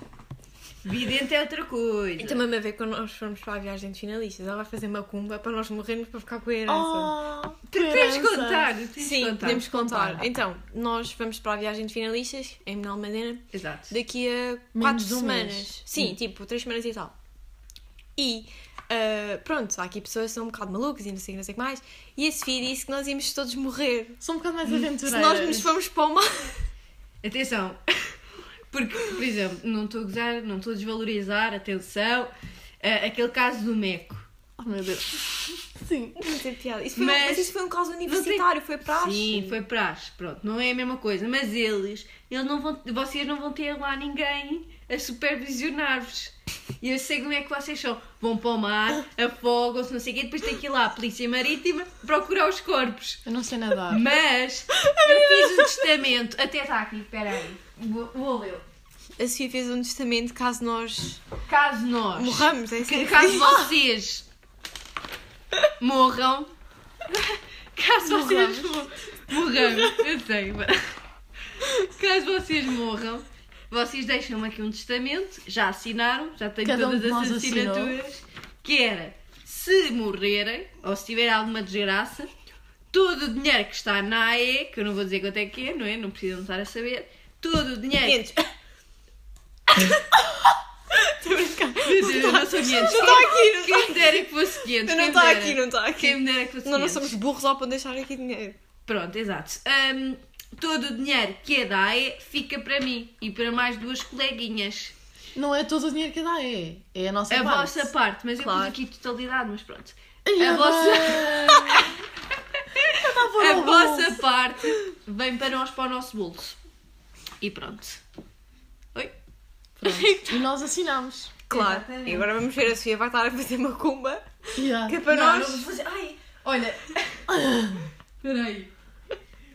Speaker 1: Vidente é outra coisa.
Speaker 2: E também a ver quando nós formos para a viagem de finalistas. Ela vai fazer macumba para nós morrermos para ficar com a herança.
Speaker 3: Oh,
Speaker 1: Ah, Tu tens de contar, tens de
Speaker 2: Sim,
Speaker 1: contar.
Speaker 2: podemos contar.
Speaker 3: Contar.
Speaker 2: Então, nós vamos para a viagem de finalistas em Menal Madeira
Speaker 1: Exato.
Speaker 2: daqui a
Speaker 3: Menos
Speaker 2: quatro
Speaker 3: de um
Speaker 2: semanas.
Speaker 3: mês.
Speaker 2: Sim, tipo, três semanas e tal. E ah, pronto, há aqui pessoas que são um bocado malucas e não sei, não sei o que mais. E a Sofia disse que nós íamos todos morrer.
Speaker 3: Sou um bocado mais
Speaker 2: Se
Speaker 3: aventureira.
Speaker 2: nós nos fomos para o mar.
Speaker 1: Atenção. Porque, por exemplo, não estou a gozar, não estou a desvalorizar, atenção. ah, aquele caso do Meco.
Speaker 3: Oh meu Deus. Sim.
Speaker 2: Não tem piada. Isso foi um- mas,
Speaker 1: Mas-
Speaker 2: isso foi um caso universitário, foi praxe.
Speaker 1: Sim, foi praxe, pronto, não é a mesma coisa, mas eles, eles não vão, vocês não vão ter lá ninguém a supervisionar-vos. E eu sei como é que vocês são. Vão para o mar, afogam-se, não sei o quê, depois tem que ir lá à polícia marítima procurar os corpos.
Speaker 3: Eu não sei nadar.
Speaker 1: Mas eu fiz o testamento, até está aqui, espera aí, vou, vou ler.
Speaker 2: A Sofia fez um testamento caso nós
Speaker 1: Caso nós,
Speaker 2: morramos. É assim
Speaker 1: que-
Speaker 2: que-
Speaker 1: caso vocês morram, caso vocês morram, morramos, eu sei, mas- caso vocês morram, vocês deixam aqui um testamento, já assinaram, já têm
Speaker 3: Cada um
Speaker 1: todas
Speaker 3: de
Speaker 1: as
Speaker 3: nós assinou.
Speaker 1: assinaturas, que era, se morrerem, ou se tiver alguma desgraça, todo o dinheiro que está na AE, que eu não vou dizer quanto é que é, não é? Não precisam estar a saber, todo o dinheiro... que-
Speaker 2: Quinhentos. Estou a brincar.
Speaker 1: Meu Deus, eu não sou guiante.
Speaker 2: Não está aqui, não
Speaker 1: Quem me dera que fosse guiante.
Speaker 2: Eu não está aqui, não está
Speaker 1: Quem
Speaker 2: aqui.
Speaker 1: me dera que fosse
Speaker 2: Nós não
Speaker 1: guiante.
Speaker 2: somos burros ao para deixar aqui dinheiro.
Speaker 1: Pronto, exato. Ahm, todo o dinheiro que é da AE fica para mim e para mais duas coleguinhas.
Speaker 3: Não é todo o dinheiro que dá, é. É a nossa
Speaker 1: a
Speaker 3: parte.
Speaker 1: vossa parte, mas
Speaker 2: Claro.
Speaker 1: eu pus aqui totalidade, mas pronto.
Speaker 3: Ai,
Speaker 1: a vossa-
Speaker 3: bem. Eu tava
Speaker 1: A
Speaker 3: no
Speaker 1: vossa
Speaker 3: bolso.
Speaker 1: parte vem para nós, para o nosso bolso. E pronto. Oi?
Speaker 3: Pronto. E nós assinámos.
Speaker 2: Claro.
Speaker 1: Exatamente.
Speaker 2: E agora vamos ver a Sofia vai estar a fazer uma cumba.
Speaker 3: Yeah.
Speaker 2: Que é para
Speaker 1: Não,
Speaker 2: nós.
Speaker 1: não vou fazer- Ai, olha. Espera aí.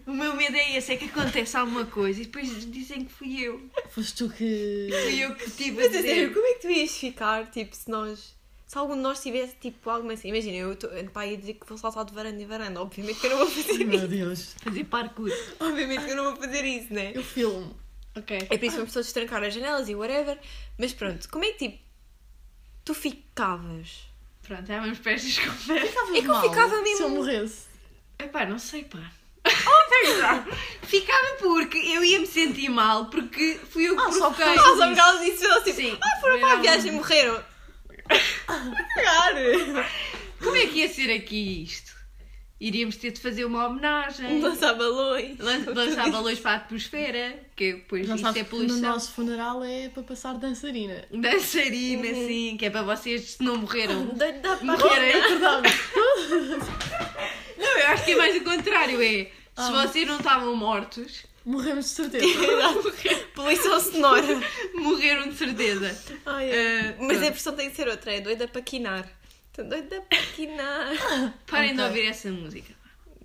Speaker 1: O meu medo é esse, é que acontece alguma coisa e depois dizem que fui eu.
Speaker 3: Foste tu que.
Speaker 1: Fui eu que tive a
Speaker 2: Mas a sério,
Speaker 1: dizer.
Speaker 2: como é que tu ias ficar, tipo, se nós... Se algum de nós tivesse, tipo, alguma assim... Imagina, eu tô- ando para aí a dizer que vou saltar de varanda em varanda. Obviamente que eu não vou fazer isso.
Speaker 3: Meu Deus.
Speaker 1: Fazer parkour.
Speaker 2: Obviamente que eu não vou fazer isso, né?
Speaker 3: Eu filmo.
Speaker 1: Ok.
Speaker 2: É por isso que vamos todos trancar as janelas e whatever. Mas pronto, como é que, tipo... Tu ficavas?
Speaker 1: Pronto, já vamos para estas conversas.
Speaker 3: Ficava
Speaker 2: É que eu
Speaker 3: mal
Speaker 2: ficava mesmo-
Speaker 3: Se eu morresse.
Speaker 1: Epá, não sei, pá. Ficava porque eu ia me sentir mal porque fui eu que
Speaker 3: Ah, só por
Speaker 1: provoquei.
Speaker 2: Ah, só por causa disso, eles, tipo...
Speaker 1: Sim.
Speaker 2: Ah, foram para a
Speaker 1: Não.
Speaker 2: viagem e morreram. Cagar!
Speaker 1: Como é que ia ser aqui isto? Iríamos ter de fazer uma homenagem.
Speaker 2: Lançar balões.
Speaker 1: Lan- Lançar balões para a atmosfera, que depois
Speaker 3: Já
Speaker 1: isso
Speaker 3: sabes
Speaker 1: é
Speaker 3: que no
Speaker 1: poluição.
Speaker 3: nosso funeral é para passar dançarina.
Speaker 1: Dançarina,
Speaker 3: Uhum.
Speaker 1: assim, que é para vocês se não morreram.
Speaker 2: Dá- dá para-
Speaker 1: Morrerem.
Speaker 3: Verdade.
Speaker 1: Não, eu acho que é mais o contrário, é. Se
Speaker 3: Ah.
Speaker 1: vocês não estavam mortos,
Speaker 3: Morremos de certeza.
Speaker 2: Poluição sonora.
Speaker 1: morreram de certeza.
Speaker 2: Ai,
Speaker 1: Eh,
Speaker 2: ai. mas a
Speaker 1: pronto.
Speaker 2: versão tem que ser outra, é doida para quinar. Tô doida para quinar.
Speaker 1: Parem de
Speaker 3: Ok.
Speaker 1: ouvir essa música.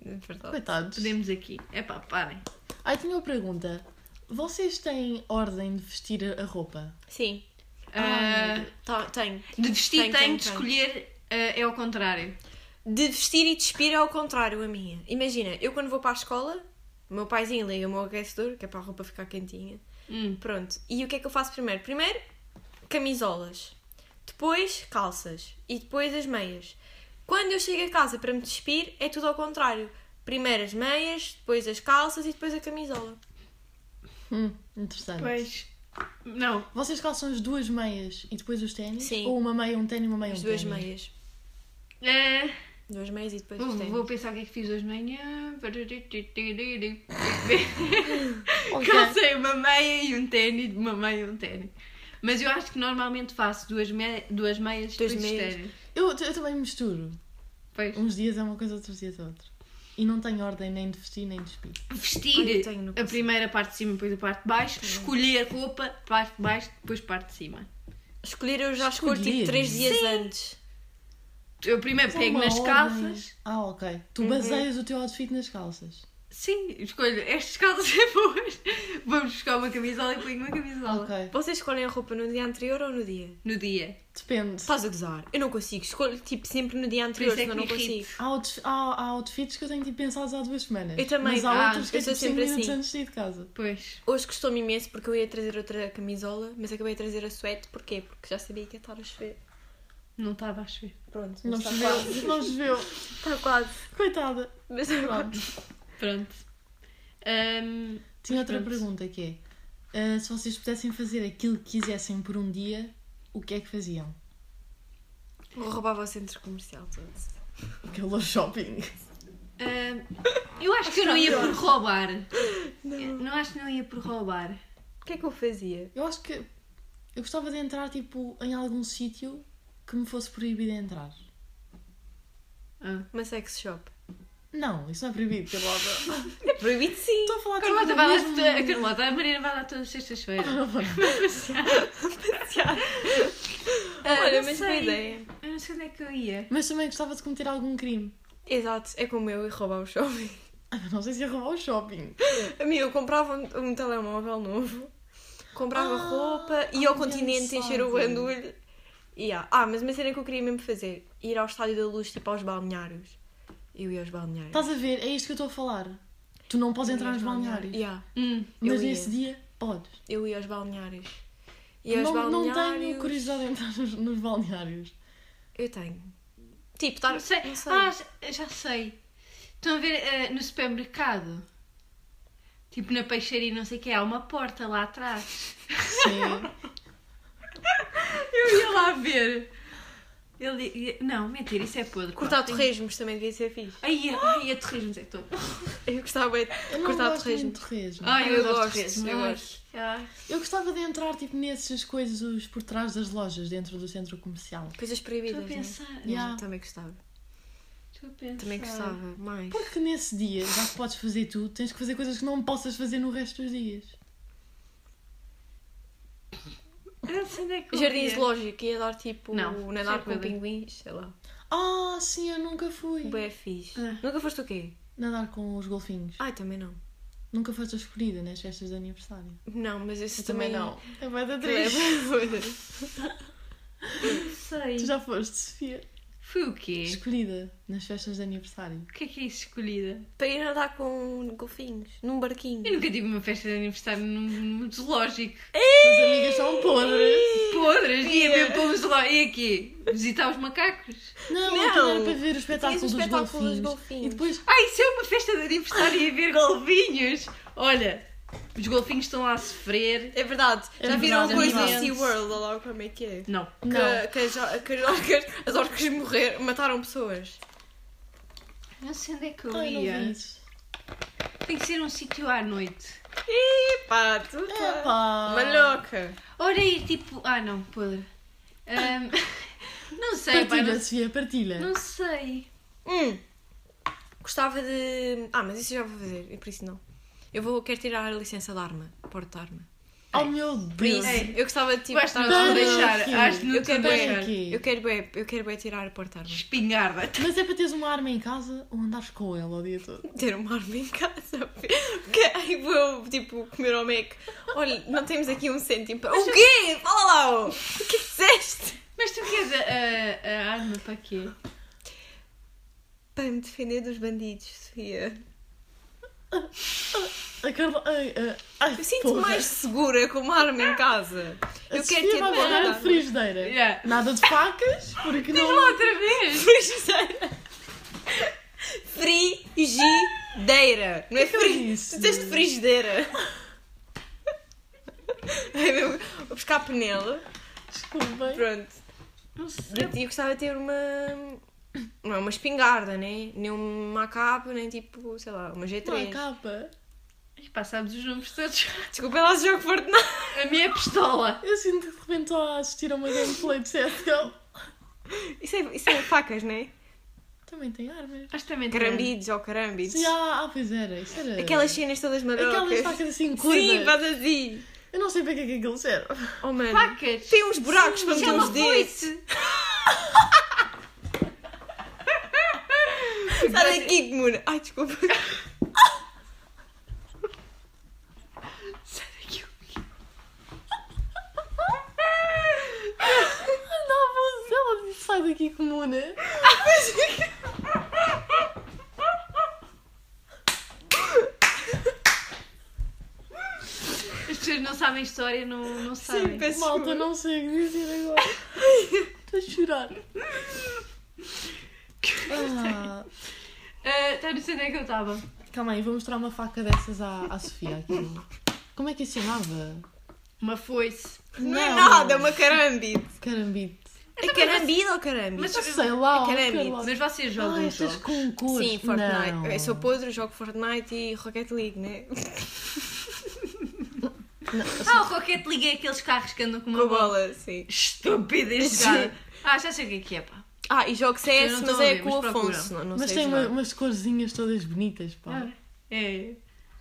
Speaker 2: É verdade.
Speaker 3: Coitados.
Speaker 1: Podemos aqui. Epá, parem.
Speaker 3: Ai, tenho uma pergunta. Vocês têm ordem de vestir a roupa?
Speaker 2: Sim,
Speaker 1: Ah,
Speaker 2: tá- tenho.
Speaker 1: de vestir
Speaker 2: Tem,
Speaker 1: tem,
Speaker 2: tem,
Speaker 1: de
Speaker 2: tem.
Speaker 1: escolher, ah, é ao contrário.
Speaker 2: De vestir e despir é ao contrário a minha. Imagina, eu quando vou para a escola, o meu paizinho liga o meu aquecedor, que é para a roupa ficar quentinha.
Speaker 1: Hum.
Speaker 2: Pronto, e o que é que eu faço primeiro? Primeiro, camisolas. Depois, calças. E depois as meias. Quando eu chego a casa para me despir, é tudo ao contrário. Primeiro as meias, depois as calças e depois a camisola.
Speaker 3: Hum, interessante.
Speaker 1: Pois. Não,
Speaker 3: Vocês calçam as duas meias e depois os ténis?
Speaker 2: Sim.
Speaker 3: Ou uma meia, um ténis, uma
Speaker 1: É
Speaker 3: meia,
Speaker 2: As
Speaker 3: um
Speaker 2: duas
Speaker 3: ténis?
Speaker 2: meias.
Speaker 1: ah,
Speaker 2: Duas meias e depois
Speaker 1: vou,
Speaker 2: os ténis.
Speaker 1: vou pensar o que é que fiz hoje de manhã.
Speaker 3: Ok.
Speaker 1: Calcei uma meia e um ténis, de uma meia e um ténis. Mas eu acho que normalmente faço duas, me... duas meias e
Speaker 2: Duas
Speaker 1: dois
Speaker 2: meias.
Speaker 1: ténis.
Speaker 3: Eu, eu também misturo.
Speaker 1: Pois.
Speaker 3: Uns dias é uma coisa, outros dias é outra. E não tenho ordem nem de vestir nem de despir.
Speaker 2: Olha, eu
Speaker 1: Vestir
Speaker 2: tenho, não
Speaker 1: a
Speaker 2: consigo.
Speaker 1: primeira parte de cima, depois a parte de baixo. Escolher roupa, parte de baixo, depois parte de cima.
Speaker 2: Escolher eu já escolho tipo
Speaker 3: Escolher.
Speaker 2: três dias antes.
Speaker 1: Eu primeiro
Speaker 3: Mas é
Speaker 1: pego
Speaker 3: uma
Speaker 1: nas
Speaker 3: ordem.
Speaker 1: calças.
Speaker 3: Ah, ok.
Speaker 2: Uhum.
Speaker 3: Tu baseias o teu outfit nas calças.
Speaker 1: Sim, escolho estas calças é boas. Vamos buscar uma camisola e ponho uma camisola.
Speaker 3: Ok.
Speaker 2: Vocês escolhem a roupa no dia anterior ou no dia?
Speaker 1: No dia.
Speaker 3: Depende.
Speaker 2: Estás a gozar. Eu não consigo. Escolho tipo sempre no dia
Speaker 1: Por
Speaker 2: anterior,
Speaker 1: isso é que
Speaker 2: senão não
Speaker 1: me
Speaker 2: consigo.
Speaker 1: irrito.
Speaker 3: Há, outros- há- há outfits que eu tenho tipo pensados há duas semanas.
Speaker 2: Eu também.
Speaker 3: Mas
Speaker 1: Ah,
Speaker 3: há outros que
Speaker 2: eu
Speaker 3: eu
Speaker 2: sou
Speaker 3: tipo 5
Speaker 2: sempre
Speaker 3: minutos
Speaker 2: assim.
Speaker 3: antes de ir de casa.
Speaker 1: Pois.
Speaker 2: Hoje costumo imenso porque eu ia trazer outra camisola, mas acabei de trazer a suéte. Porquê? Porque já sabia que ia estar a chover.
Speaker 1: Não estava a chover.
Speaker 2: Pronto, mas
Speaker 3: Não
Speaker 2: está quase.
Speaker 3: choveu. Não choveu.
Speaker 2: Está quase.
Speaker 3: Coitada.
Speaker 2: Mas é
Speaker 3: Pronto.
Speaker 1: Pronto. Ahm, Mas
Speaker 3: Tinha outra
Speaker 1: pronto.
Speaker 3: pergunta que é: ah, se vocês pudessem fazer aquilo que quisessem por um dia, o que é que faziam?
Speaker 2: Ou roubava o centro comercial todo.
Speaker 3: Aquele shopping.
Speaker 1: Ah, eu acho que eu não ia por roubar. Eu Não acho que não ia por roubar.
Speaker 2: É. O que é que eu fazia?
Speaker 3: Eu acho que eu gostava de entrar tipo em algum sítio que me fosse proibido entrar.
Speaker 1: Ah.
Speaker 2: Uma sex shop.
Speaker 3: Não, isso não é proibido, Carlota.
Speaker 2: É proibido sim.
Speaker 3: Estou a falar
Speaker 1: A
Speaker 3: tipo,
Speaker 1: Carlota vai lá,
Speaker 3: mesmo-
Speaker 1: a Carlota, a Marina vai lá todas as sextas-feiras. Ah,
Speaker 2: Olha,
Speaker 1: não
Speaker 2: mas
Speaker 1: sei.
Speaker 2: boa ideia.
Speaker 1: Eu não sei onde é que eu ia.
Speaker 3: Mas também gostava de cometer algum crime.
Speaker 2: Exato, é como eu e roubar o shopping.
Speaker 3: Ah, mas não sei se ia roubar o shopping.
Speaker 2: A mim, eu comprava um, um telemóvel novo, comprava
Speaker 3: Ah,
Speaker 2: roupa,
Speaker 3: ai,
Speaker 2: ia ao
Speaker 3: grande
Speaker 2: continente encher o
Speaker 3: sorte.
Speaker 2: bandulho. Yeah. Ah, mas uma cena que eu queria mesmo fazer: ir ao Estádio da Luz, tipo aos balneários. Eu ia aos balneários.
Speaker 3: Estás a ver? É isto que eu estou a falar. Tu não podes entrar nos balneários.
Speaker 2: Yeah,
Speaker 1: Hum.
Speaker 3: Mas
Speaker 2: Eu ia.
Speaker 3: nesse dia podes.
Speaker 2: eu ia aos balneários. Ia aos
Speaker 3: Não, não
Speaker 2: balneários.
Speaker 3: tenho curiosidade em entrar nos, nos balneários.
Speaker 2: Eu tenho. Tipo, estar.
Speaker 1: Não sei.
Speaker 2: Não sei.
Speaker 1: Ah, já- já sei. Estão a ver eh, no supermercado? Tipo na peixaria, e não sei o que, há uma porta lá atrás.
Speaker 3: Sim.
Speaker 1: Eu ia lá ver. Ele ia- Não, mentira, isso é podre.
Speaker 2: Cortar
Speaker 1: pá.
Speaker 2: torresmos também devia ser fixe.
Speaker 1: Ai, ai, a torresmos é que estou.
Speaker 2: Eu gostava é de
Speaker 3: Eu não
Speaker 2: cortar
Speaker 3: gosto muito
Speaker 2: torresmos.
Speaker 3: de torresmo.
Speaker 1: Ai, eu,
Speaker 2: eu
Speaker 1: gosto
Speaker 2: gosto,
Speaker 1: de torresmos.
Speaker 2: eu
Speaker 1: Ai, Ah,
Speaker 2: gosto.
Speaker 1: ai.
Speaker 3: Eu gostava de entrar tipo nessas coisas por trás das lojas dentro do centro comercial.
Speaker 2: Coisas
Speaker 1: Estou a
Speaker 2: proibidas. né?
Speaker 1: pensar. é.
Speaker 3: Yeah.
Speaker 2: Eu Também gostava.
Speaker 1: Estou a pensar.
Speaker 2: Também gostava. Mais.
Speaker 3: Porque nesse dia, já que podes fazer tudo, tens que fazer coisas que não possas fazer no resto dos dias.
Speaker 1: Eu não sei onde é que eu
Speaker 2: Jardim
Speaker 1: ia.
Speaker 2: zoológico, ia dar tipo
Speaker 1: Não,
Speaker 2: nadar com
Speaker 1: certeza.
Speaker 2: pinguins, sei lá.
Speaker 3: Ah, sim, eu nunca fui.
Speaker 2: Bué fixe.
Speaker 1: Ah.
Speaker 2: Nunca foste o quê?
Speaker 3: Nadar com os golfinhos.
Speaker 2: Ai, também não.
Speaker 3: Nunca foste a escolhida nas festas de aniversário.
Speaker 2: Não, mas esse
Speaker 3: Eu também
Speaker 2: também
Speaker 3: não. É bué da triste.
Speaker 2: Leva.
Speaker 1: Não sei.
Speaker 3: Tu já foste, Sofia.
Speaker 1: Fui o quê?
Speaker 3: Escolhida nas festas de aniversário.
Speaker 1: O que é que é isso escolhida?
Speaker 2: Para ir nadar com golfinhos, num barquinho.
Speaker 1: Eu nunca tive uma festa de aniversário num, num zoológico.
Speaker 3: As amigas são podres.
Speaker 1: Podres! Ia mesmo para um zoológico. E aqui? Visitar os macacos?
Speaker 3: Não,
Speaker 2: Não.
Speaker 3: aquilo era para ver o espetáculo,
Speaker 2: Fiz o espetáculo
Speaker 3: dos,
Speaker 2: dos
Speaker 3: golfinhos.
Speaker 2: golfinhos.
Speaker 3: E depois,
Speaker 1: Ah, isso é uma festa de aniversário e ver golfinhos! Olha, os golfinhos estão lá a sofrer.
Speaker 2: É verdade.
Speaker 3: É
Speaker 2: Já viram
Speaker 3: verdade,
Speaker 2: o coisa
Speaker 3: é
Speaker 2: do
Speaker 3: verdade.
Speaker 2: SeaWorld, olha lá como é que é.
Speaker 1: Não.
Speaker 3: não.
Speaker 2: Que, que as, que as orcas, as orcas morreram, mataram pessoas.
Speaker 1: Não sei onde é que eu
Speaker 3: Ai, não
Speaker 1: ia.
Speaker 3: vi isso.
Speaker 1: Tem que ser um sítio à noite.
Speaker 2: Ih, pá, tu
Speaker 3: É
Speaker 2: tá.
Speaker 3: pá.
Speaker 2: Maluca.
Speaker 1: Ora ir tipo. Ah, não, podre. Ahm, não sei, pá,
Speaker 3: Partilha,
Speaker 1: não,
Speaker 3: Sofia, partilha.
Speaker 1: não sei.
Speaker 2: Hum. Gostava de. Ah, mas isso eu já vou fazer, e por isso não. Eu vou, quero tirar a licença de arma, porte de arma.
Speaker 3: Oh meu
Speaker 2: Por
Speaker 3: Deus.
Speaker 2: isso, eu gostava de tipo.
Speaker 1: Gosto de
Speaker 2: estar-
Speaker 1: não te
Speaker 3: Para
Speaker 1: deixar.
Speaker 3: quê?
Speaker 1: Acho que não
Speaker 2: eu
Speaker 1: te
Speaker 2: quero
Speaker 1: deixar.
Speaker 3: quê?
Speaker 2: bem, eu quero bem, eu quero bem tirar a porte de arma.
Speaker 1: Espingarda.
Speaker 3: Mas é para teres uma arma em casa ou andares com ela o dia todo.
Speaker 2: Ter uma arma em casa. Porque aí vou tipo comer ao Mac. Olha, não temos aqui um cêntimo para. O quê? Fala lá! ó. O que é que disseste?
Speaker 1: Mas tu queres a, a- a arma para quê?
Speaker 2: Para me defender dos bandidos, Sofia.
Speaker 3: A Carla. Ai, ai, ai,
Speaker 2: Eu sinto
Speaker 3: porra.
Speaker 2: mais segura com uma arma em casa.
Speaker 3: A
Speaker 2: Eu quero
Speaker 3: Sofia
Speaker 2: ter
Speaker 3: vai
Speaker 2: uma
Speaker 3: guardar a
Speaker 2: arma.
Speaker 3: frigideira.
Speaker 1: Yeah.
Speaker 3: Nada de facas, porque não.
Speaker 1: Outra vez!
Speaker 2: Frigideira. Frigideira. Não é
Speaker 3: que eu
Speaker 2: frigideira.
Speaker 3: disse?
Speaker 2: Tu disseste frigideira. É mesmo. Vou buscar panela.
Speaker 3: Desculpem.
Speaker 2: Pronto.
Speaker 1: Não sei.
Speaker 2: Pronto, E eu gostava de ter uma. Não é uma espingarda, né? Nem uma capa, nem tipo, sei lá, uma
Speaker 3: Não há
Speaker 2: G3.
Speaker 3: capa.
Speaker 1: E pá, sabes os nomes todos.
Speaker 2: Desculpa, ela se joga Fortnite.
Speaker 1: A minha pistola.
Speaker 3: Eu sinto que de repente estou a assistir a uma gameplay de CSGO.
Speaker 2: Isso é, isso é facas, né?
Speaker 3: Também tem armas.
Speaker 1: Acho que também tem.
Speaker 2: Carambides ou carambides.
Speaker 3: Sim, ah, ah, pois era. Isso era.
Speaker 2: Aquelas cenas todas malucas.
Speaker 3: Aquelas facas
Speaker 2: Sim,
Speaker 3: assim curvas.
Speaker 2: faz assim.
Speaker 3: Eu não sei para que é que aquilo serve.
Speaker 2: Oh, mano.
Speaker 1: Facas.
Speaker 2: Tem uns buracos para
Speaker 1: Isso é
Speaker 2: meter
Speaker 1: uma
Speaker 2: os dedos.
Speaker 1: foice.
Speaker 2: Sai daqui, Muna. Ai, desculpa.
Speaker 1: Sai daqui.
Speaker 3: Andava ela disse, sai daqui comuna.
Speaker 1: As pessoas não sabem história, não, não
Speaker 2: Sim,
Speaker 1: sabem.
Speaker 2: peço
Speaker 3: Malta,
Speaker 2: desculpa.
Speaker 3: não sei o que dizer agora. Estou a chorar. Ah,
Speaker 1: Ah, tá, não sei onde é que eu estava.
Speaker 3: calma aí, vou mostrar uma faca dessas à, à Sofia aqui. Como é que isso chamava?
Speaker 1: Uma foice.
Speaker 2: Não é nada, é uma carambide.
Speaker 3: Carambite.
Speaker 2: A carambida É ou carambida?
Speaker 1: Mas-
Speaker 3: Ah, sei lá,
Speaker 2: É que era
Speaker 3: sei
Speaker 2: mito.
Speaker 3: lá.
Speaker 1: Mas vocês jogam um
Speaker 3: Ah, estas
Speaker 1: jogos.
Speaker 3: com cores.
Speaker 2: Sim, Fortnite.
Speaker 3: Não.
Speaker 2: Eu sou podre, jogo Fortnite e Rocket League, né?
Speaker 1: Ah, o Rocket League é aqueles carros que andam com uma
Speaker 2: Com
Speaker 1: bola.
Speaker 2: bola, sim.
Speaker 1: Estúpidas
Speaker 2: Sim.
Speaker 1: já. Ah, já sei o que é que é, pá.
Speaker 2: Ah, e jogo
Speaker 1: Eu
Speaker 2: CS,
Speaker 1: não
Speaker 2: mas
Speaker 1: tô a
Speaker 2: é
Speaker 1: ver,
Speaker 2: com o
Speaker 1: mas procura.
Speaker 2: Afonso. Não, não
Speaker 3: Mas
Speaker 2: sei
Speaker 3: tem uma-
Speaker 2: jogar.
Speaker 3: umas corzinhas todas bonitas,
Speaker 2: Ah,
Speaker 3: pá.
Speaker 1: É.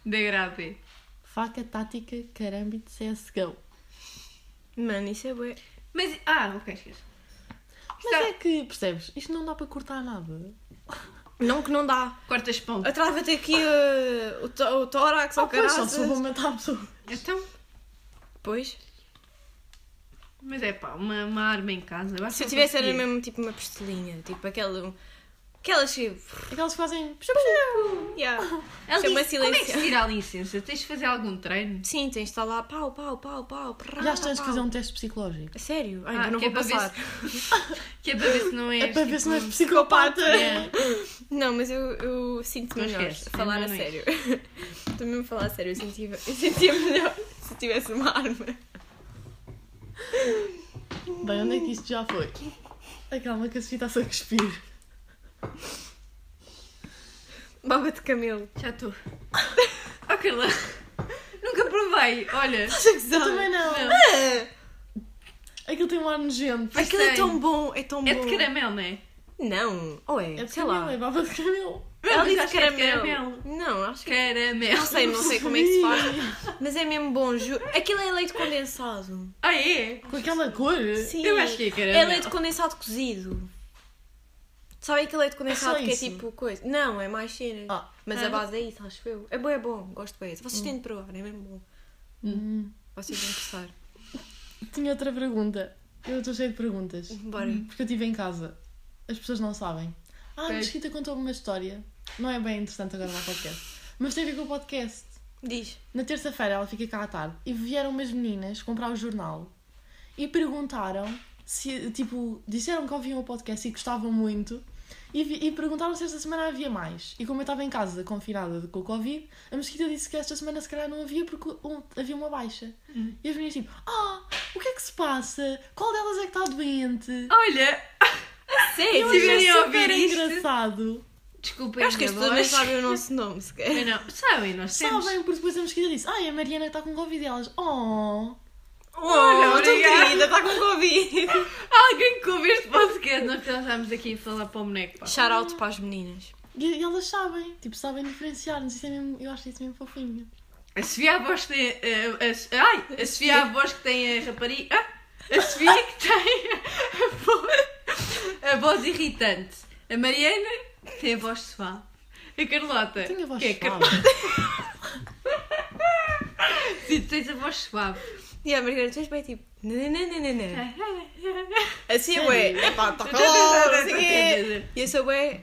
Speaker 1: Degradê.
Speaker 3: Faca tática caramba de CSGO.
Speaker 2: Mano, isso é bué.
Speaker 1: Mas, ah, ok, esquece.
Speaker 3: Mas é que, percebes? Isto não dá para cortar nada.
Speaker 2: Oh, Não que não dá.
Speaker 1: Cortas pão.
Speaker 2: Atrava-te aqui uh, o, tó- o tórax ou
Speaker 3: Só pois, só
Speaker 2: caraças.
Speaker 3: se eu vou matar a pessoa.
Speaker 2: Ah.
Speaker 1: Então,
Speaker 2: Pois.
Speaker 1: mas é pá, uma, uma arma em casa. Eu acho
Speaker 2: Se eu
Speaker 1: que
Speaker 2: tivesse era
Speaker 1: conseguia.
Speaker 2: mesmo tipo uma pistolinha, tipo aquela. Aquelas que.
Speaker 3: Aquelas É que fazem.
Speaker 2: Yeah.
Speaker 1: A lic-
Speaker 2: Chama-se
Speaker 1: Como é que se
Speaker 2: silêncio.
Speaker 1: tira a licença? Tens de fazer algum treino?
Speaker 2: Sim, tens de estar lá pau, pau, pau, pau. prá,
Speaker 3: Já tens que
Speaker 2: pau.
Speaker 3: fazer um teste psicológico.
Speaker 2: A sério? Ai,
Speaker 1: Ah,
Speaker 2: eu não
Speaker 1: que é para
Speaker 2: vou
Speaker 1: ver
Speaker 2: passar.
Speaker 1: Que é para ver se não és.
Speaker 3: É para ver se não és
Speaker 1: tipo,
Speaker 3: psicopata.
Speaker 1: é.
Speaker 2: Não, mas eu, eu sinto
Speaker 1: Não
Speaker 2: melhor
Speaker 1: esquece,
Speaker 2: a falar
Speaker 1: não
Speaker 2: a
Speaker 1: é
Speaker 2: sério. Estou mesmo a falar a sério, eu sentia, eu sentia melhor se tivesse uma arma.
Speaker 3: Bem, onde é que isto já foi? Ai, calma que a Sofia está-se a cuspir.
Speaker 2: Baba de camelo.
Speaker 1: Já estou. Oh, Carla. Nunca provei. Olha.
Speaker 3: Eu também não.
Speaker 1: Não.
Speaker 2: Ah,
Speaker 3: Aquilo tem um ar nojento.
Speaker 1: Pois
Speaker 2: aquilo é
Speaker 1: tem.
Speaker 2: tão bom, é tão
Speaker 1: É
Speaker 2: bom.
Speaker 1: de caramelo, não é?
Speaker 2: Não, ou é?
Speaker 3: É de
Speaker 2: sei
Speaker 3: camelo,
Speaker 2: lá.
Speaker 3: é baba de camelo.
Speaker 2: Ela
Speaker 1: Mas
Speaker 2: disse
Speaker 1: acho que é de
Speaker 2: caramelo.
Speaker 1: caramelo.
Speaker 2: Não, acho que.
Speaker 1: Caramelo.
Speaker 2: Não sei, não sei como é que se faz. Mas é mesmo bom, juro. Aquilo é leite condensado.
Speaker 1: Ah, é?
Speaker 3: Com aquela cor.
Speaker 2: Sim.
Speaker 1: Eu acho que é caramelo.
Speaker 2: É leite condensado cozido. Sabem aquele leite condensado
Speaker 3: Só
Speaker 2: que é
Speaker 3: isso?
Speaker 2: tipo coisa? Não, é mais cenas.
Speaker 3: Ah.
Speaker 2: Mas
Speaker 1: Ah.
Speaker 2: a base é isso, acho eu. É bom, é bom, gosto bem. Vocês têm de provar, é mesmo bom.
Speaker 3: Hum.
Speaker 2: Vocês vão gostar.
Speaker 3: Tinha outra pergunta. Eu estou cheia de perguntas.
Speaker 2: Bora.
Speaker 3: Porque eu estive em casa. As pessoas não sabem. Ah, a
Speaker 1: Pois.
Speaker 3: Mesquita contou-me uma história. Não é bem interessante agora no podcast. Mas tem a ver com o podcast.
Speaker 2: Diz.
Speaker 3: Na terça-feira ela fica cá à tarde e vieram umas meninas comprar o jornal e perguntaram se, tipo, disseram que ouviam o podcast e gostavam muito e, vi- e perguntaram se esta semana havia mais. E como eu estava em casa, confinada com o Covid, a Mesquita disse que esta semana se calhar não havia porque um- havia uma baixa.
Speaker 1: Uhum.
Speaker 3: E as meninas tipo, ah, o que é que se passa? Qual delas é que está doente?
Speaker 1: Olha.
Speaker 2: Sério?
Speaker 1: Se
Speaker 3: é
Speaker 1: virem a ouvir
Speaker 3: super
Speaker 1: Ah, isto-
Speaker 3: engraçado.
Speaker 1: Desculpem
Speaker 2: Eu acho que as
Speaker 1: a
Speaker 2: pessoas
Speaker 1: minha
Speaker 2: nem
Speaker 1: voz.
Speaker 2: sabem o nosso nome sequer.
Speaker 1: Eu não. Sabem, nós temos.
Speaker 3: Sabem, porque depois a Mesquita disse, ai, a Mariana está com Covid e elas, oh...
Speaker 2: Oh,
Speaker 1: Olha,
Speaker 2: tão
Speaker 1: obrigada.
Speaker 2: querida, está com Covid.
Speaker 1: Alguém que ouve este podcast, nós já estamos aqui a falar para o boneco, pá.
Speaker 2: Shout out para as meninas.
Speaker 3: E, e elas sabem, tipo, sabem diferenciar, mas isso é mesmo, eu acho isso mesmo fofinho.
Speaker 1: A Sofia a voz que tem. eh, A, a- ai! A Sofia a voz que tem a rapariga. Ah, a Sofia que tem a voz, a voz irritante. A Mariana tem a voz suave. A Carlota.
Speaker 3: Tenho a voz
Speaker 1: que é
Speaker 3: suave.
Speaker 1: Car- Sim, tens a voz suave.
Speaker 2: E a Margarida, tu és bem tipo. nananana. Assim é bué. Epá, está calor, assim é.
Speaker 1: Normal.
Speaker 2: E eu sou bué.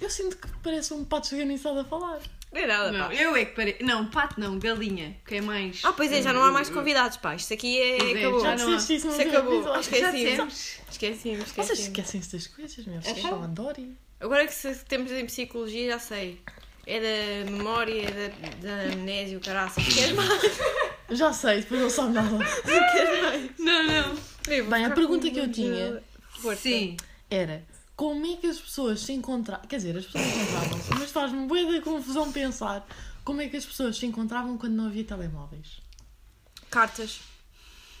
Speaker 3: Eu sinto que parece um pato organizado a falar.
Speaker 2: Não é nada,
Speaker 1: Não,
Speaker 2: pá.
Speaker 1: eu é que parei. Não, pato não, galinha. Que é mais.
Speaker 2: Ah, pois é, já não há mais convidados, pá. Isto aqui é.
Speaker 1: Pois é,
Speaker 2: Acabou.
Speaker 1: já
Speaker 3: Já
Speaker 1: não
Speaker 3: disseste isso no
Speaker 2: Se
Speaker 3: último
Speaker 2: acabou.
Speaker 3: episódio.
Speaker 2: Esqueci.
Speaker 1: Já temos.
Speaker 2: Esqueci-me,
Speaker 3: Vocês
Speaker 2: esqueci-me.
Speaker 3: esquecem-se das coisas, meu. Vocês
Speaker 2: Aham.
Speaker 3: falam Dori.
Speaker 2: Agora que se- temos em psicologia, já sei. É da memória, é da, da amnésia, o caraças. Queres mais?
Speaker 3: Já sei, depois não sabe nada.
Speaker 2: Queres mais?
Speaker 1: Não, não.
Speaker 2: Eu vou
Speaker 3: Bem, a
Speaker 2: ficar
Speaker 3: pergunta
Speaker 2: com
Speaker 3: que eu
Speaker 2: uma
Speaker 3: tinha-
Speaker 2: gelada. Força.
Speaker 1: Sim.
Speaker 3: Era, como é que as pessoas se encontravam... Quer dizer, as pessoas encontravam-se, mas faz-me bué da confusão pensar como é que as pessoas se encontravam quando não havia telemóveis.
Speaker 2: Cartas.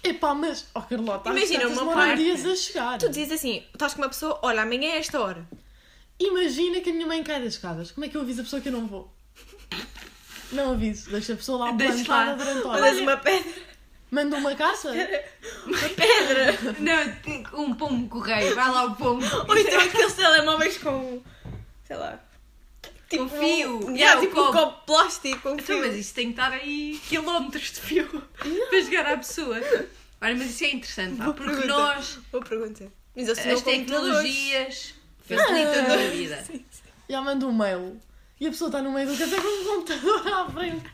Speaker 3: Epá, mas... Oh, Carlota, as
Speaker 2: Imagina,
Speaker 3: cartas
Speaker 2: o meu
Speaker 3: demoram
Speaker 2: pai-
Speaker 3: dias a chegar.
Speaker 2: Tu dizes assim, estás com uma pessoa, olha, amanhã é esta hora.
Speaker 3: Imagina que a minha mãe cai das escadas. Como é que eu aviso a pessoa que eu não vou? Não aviso. Deixo a pessoa lá
Speaker 1: Deixa lá.
Speaker 3: plantada durante
Speaker 2: Olhas
Speaker 3: horas.
Speaker 2: uma pedra.
Speaker 3: Manda uma carta?
Speaker 2: pedra.
Speaker 1: Não, um pombo correio, vai lá o pombo.
Speaker 2: Ou então aqueles telemóveis com. sei lá. Tipo
Speaker 1: Com fio. Yeah,
Speaker 2: Um, yeah, tipo
Speaker 1: o
Speaker 2: um
Speaker 1: copo.
Speaker 2: copo de plástico. Um
Speaker 1: Então,
Speaker 2: fio.
Speaker 1: mas isso tem que estar aí quilómetros de fio para chegar à pessoa. Olha, mas isso é interessante, pá,
Speaker 2: Boa
Speaker 1: porque
Speaker 2: pergunta.
Speaker 1: nós,
Speaker 2: Boa pergunta. Mas eu sou
Speaker 1: as
Speaker 2: o computador.
Speaker 1: tecnologias, facilitam
Speaker 2: Ah,
Speaker 1: a vida.
Speaker 3: Já manda um mail. E a pessoa está no meio do café com o computador à frente.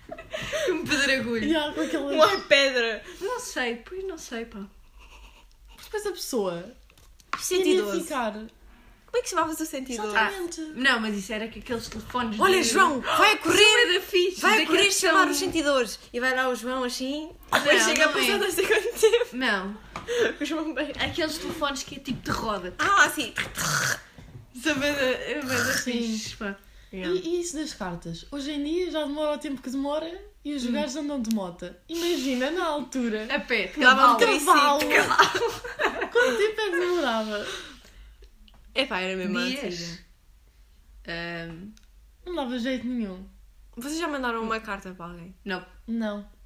Speaker 1: Um
Speaker 3: E
Speaker 1: pedregulho.
Speaker 3: há com aquele...
Speaker 2: Uma pedra.
Speaker 1: Não sei, pois não sei, pá.
Speaker 3: Depois a pessoa iria
Speaker 2: 112.
Speaker 3: ficar.
Speaker 2: Como é que chamavas o 112?
Speaker 1: Ah,
Speaker 3: Exatamente.
Speaker 1: não, mas isso era que aqueles telefones.
Speaker 2: Olha,
Speaker 1: de-
Speaker 2: João, vai a correr.
Speaker 1: São bué da fixe,
Speaker 2: Vai
Speaker 1: daqueles
Speaker 2: correr
Speaker 1: que é são-
Speaker 2: chamar os sentidores. E vai lá o João assim. Depois
Speaker 1: Não,
Speaker 2: chega a
Speaker 1: não é.
Speaker 2: passar não sei quanto tempo.
Speaker 1: Não,
Speaker 2: Os bombeiros.
Speaker 1: Aqueles telefones que é tipo de roda.
Speaker 2: Ah, sim.
Speaker 1: é Sabendo a
Speaker 3: Sim.
Speaker 1: fixe, pá.
Speaker 3: E, e isso das cartas? Hoje em dia já demora o tempo que demora e
Speaker 1: Hum.
Speaker 3: os gajos andam de moto. Imagina, na altura,
Speaker 1: A pé, de
Speaker 2: Dava
Speaker 1: cavalo.
Speaker 2: um
Speaker 3: cavalo. quanto tempo é que demorava?
Speaker 2: Epá, era mesmo a
Speaker 1: Dias.
Speaker 2: antiga.
Speaker 1: Ahm,
Speaker 3: Não dava jeito nenhum.
Speaker 2: Vocês já mandaram uma carta para alguém?
Speaker 1: não.
Speaker 3: Não.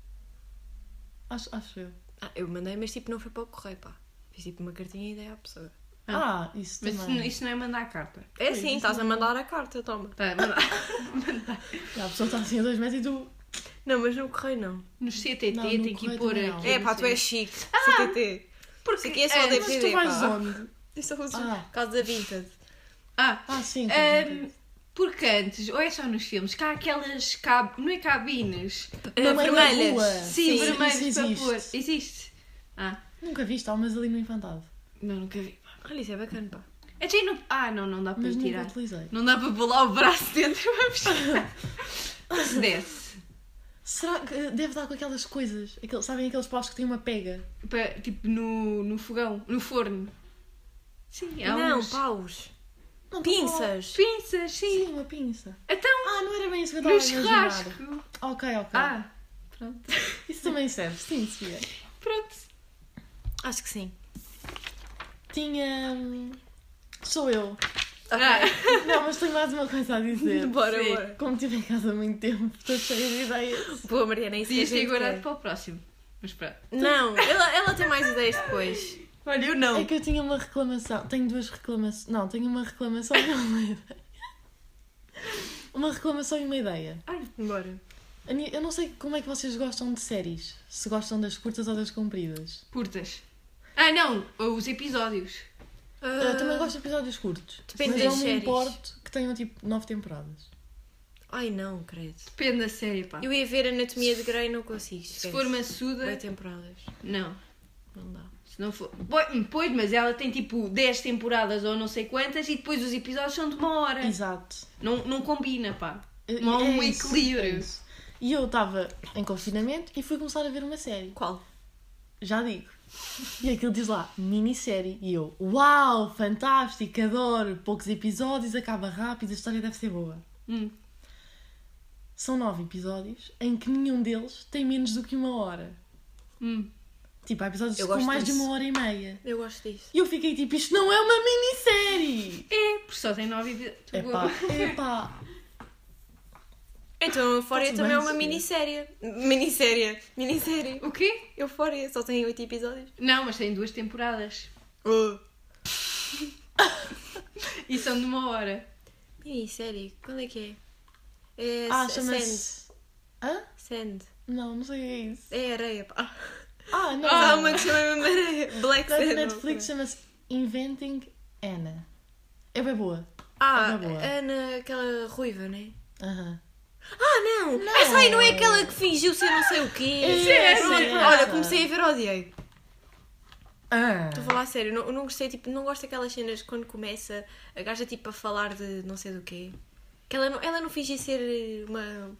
Speaker 3: Acho, acho eu.
Speaker 2: Ah, eu mandei, mas tipo, não foi para o correio, pá. Fiz tipo uma cartinha e dei à pessoa.
Speaker 3: Ah, isso
Speaker 1: Mas isso,
Speaker 3: também.
Speaker 1: isso não é mandar carta.
Speaker 2: É
Speaker 3: Sim,
Speaker 2: assim,
Speaker 3: isso
Speaker 2: estás a mandar a carta, toma.
Speaker 1: Tá, mandar.
Speaker 3: Já, a pessoa está assim a dois metros e tu.
Speaker 2: Não, mas no correio não.
Speaker 1: Nos CTT
Speaker 3: Não, no
Speaker 1: tem que ir
Speaker 3: correio
Speaker 1: pôr
Speaker 3: também não.
Speaker 1: aqui.
Speaker 2: É
Speaker 1: não
Speaker 2: pá, tu
Speaker 1: sei.
Speaker 2: és chique. CTT. Porque aqui é só
Speaker 1: é,
Speaker 2: o
Speaker 1: mas
Speaker 3: Mas tu
Speaker 2: DPD,
Speaker 3: vais
Speaker 2: pá.
Speaker 3: onde?
Speaker 2: Eu só uso
Speaker 3: Ah.
Speaker 2: é um por causa da Vinted.
Speaker 1: Ah,
Speaker 3: Ah, sim.
Speaker 1: ahm, porque antes, ou é só nos filmes, que há aquelas. Cab... Não é cabines?
Speaker 2: Ah,
Speaker 3: Mamãe na
Speaker 2: vermelhas.
Speaker 3: rua.
Speaker 1: Sim,
Speaker 3: Sim,
Speaker 1: vermelhas
Speaker 3: isso
Speaker 1: para
Speaker 3: existe.
Speaker 1: pôr. Existe. Ah,
Speaker 3: Nunca viste almas ali no Infantado.
Speaker 1: não, nunca vi.
Speaker 2: Olha, isso é bacana, pá.
Speaker 1: Até aí não... Ah, não, não dá para
Speaker 3: Mas
Speaker 1: tirar.
Speaker 3: nunca utilizei.
Speaker 1: Não dá para bolar o braço dentro para fechar. Se desse.
Speaker 3: Será que eh, deve estar com aquelas coisas? Aqueles, sabem aqueles paus que têm uma pega?
Speaker 1: Pa- tipo no, no fogão, no forno. Sim, há
Speaker 2: Não,
Speaker 1: uns...
Speaker 2: paus.
Speaker 3: Não, tá
Speaker 2: Pinças.
Speaker 1: Pinças, sim.
Speaker 3: Sim, uma pinça.
Speaker 1: Então,
Speaker 3: Ah, não era bem isso que eu
Speaker 1: no
Speaker 3: estava a imaginar.
Speaker 1: churrasco.
Speaker 3: Ok, ok.
Speaker 1: Ah, pronto.
Speaker 3: Isso também serve. Sim, Sofia.
Speaker 1: Pronto.
Speaker 2: Acho que sim.
Speaker 3: Tinha. hum, Sou eu.
Speaker 1: Ah,
Speaker 3: Não, mas tenho mais uma coisa a dizer.
Speaker 2: Bora,
Speaker 1: Sim.
Speaker 2: bora.
Speaker 3: Como estive em casa há muito tempo, estou cheia de ideias.
Speaker 2: Boa, Mariana, isso
Speaker 1: podias
Speaker 2: que a
Speaker 1: ter
Speaker 2: gente
Speaker 1: guardado
Speaker 2: quer.
Speaker 1: para o próximo. Mas pronto.
Speaker 2: Não, ela, ela tem mais ideias depois.
Speaker 1: Olha, eu não.
Speaker 3: É que eu tinha uma reclamação. Tenho duas reclamações. Não, tenho uma reclamação e uma ideia. Uma reclamação e uma ideia.
Speaker 2: Bora.
Speaker 3: A minha- Eu não sei como é que vocês gostam de séries. Se gostam das curtas ou das compridas.
Speaker 1: Curtas. Ah, não, os episódios.
Speaker 2: Ah.
Speaker 1: Ah.
Speaker 3: Eu também gosto de episódios curtos.
Speaker 2: Depende
Speaker 3: mas eu
Speaker 2: das
Speaker 3: me
Speaker 2: séries.
Speaker 3: importo que tenham tipo nove temporadas.
Speaker 2: Ai não, credo.
Speaker 1: Depende da série, pá.
Speaker 2: Eu ia ver Anatomia de Grey e não consigo.
Speaker 1: Se for maçuda,
Speaker 2: Vai temporadas.
Speaker 1: não.
Speaker 2: Não dá.
Speaker 1: Se não for. Boi- Pois, mas ela tem tipo 10 temporadas ou não sei quantas e depois os episódios são de uma hora.
Speaker 3: Exato.
Speaker 1: Não, não combina, pá.
Speaker 3: E-
Speaker 1: É. Não há
Speaker 3: é
Speaker 1: um
Speaker 3: isso,
Speaker 1: equilíbrio.
Speaker 3: é isso. E eu estava em confinamento e fui começar a ver uma série.
Speaker 2: Qual?
Speaker 3: Já digo. E aquilo diz lá, minissérie. E eu, uau, fantástico, adoro. Poucos episódios, acaba rápido, a história deve ser boa.
Speaker 1: Hum.
Speaker 3: São nove episódios em que nenhum deles tem menos do que uma hora.
Speaker 1: Hum.
Speaker 3: Tipo, há episódios
Speaker 2: Eu
Speaker 3: com
Speaker 2: gosto
Speaker 3: mais de
Speaker 2: disso.
Speaker 3: uma hora e meia.
Speaker 2: Eu gosto disso.
Speaker 3: E eu fiquei tipo, isto não é uma minissérie!
Speaker 1: É, porque só tem 9 episódios.
Speaker 3: Epá, epá.
Speaker 2: Então, Euphoria
Speaker 3: Tudo
Speaker 2: também
Speaker 3: bem,
Speaker 2: é uma
Speaker 3: Sofia.
Speaker 2: minissérie. Minissérie. Minissérie.
Speaker 1: O quê?
Speaker 2: Euphoria, só tem oito episódios.
Speaker 1: Não, mas tem duas temporadas.
Speaker 2: Uh.
Speaker 1: E são de uma hora.
Speaker 2: Minissérie, quando é que é? É
Speaker 3: Ah,
Speaker 2: S-
Speaker 3: chama-se. Hã?
Speaker 2: Sand. Sand.
Speaker 3: Não, não sei o que é isso.
Speaker 2: É areia, pá.
Speaker 3: Ah, não.
Speaker 2: Ah, Tá há uma que chama mesmo areia. Black
Speaker 3: Da
Speaker 2: Sand.
Speaker 3: Netflix chama-se Inventing Anna. É bem boa.
Speaker 2: Ah,
Speaker 3: Tá boa.
Speaker 2: Ana, aquela ruiva, né?
Speaker 3: Aham.
Speaker 2: Ah, não!
Speaker 3: é? Não.
Speaker 2: Essa aí não é aquela que fingiu ser não sei o quê.
Speaker 3: É, Sim,
Speaker 2: Pronto.
Speaker 3: sim.
Speaker 2: Olha, comecei a ver, odiei.
Speaker 3: Ah.
Speaker 2: Estou a falar a sério, não, eu não gostei, tipo, não gosto daquelas cenas quando começa a gaja tipo a falar de não sei do quê. Que ela não, ela não fingia ser eh, uma.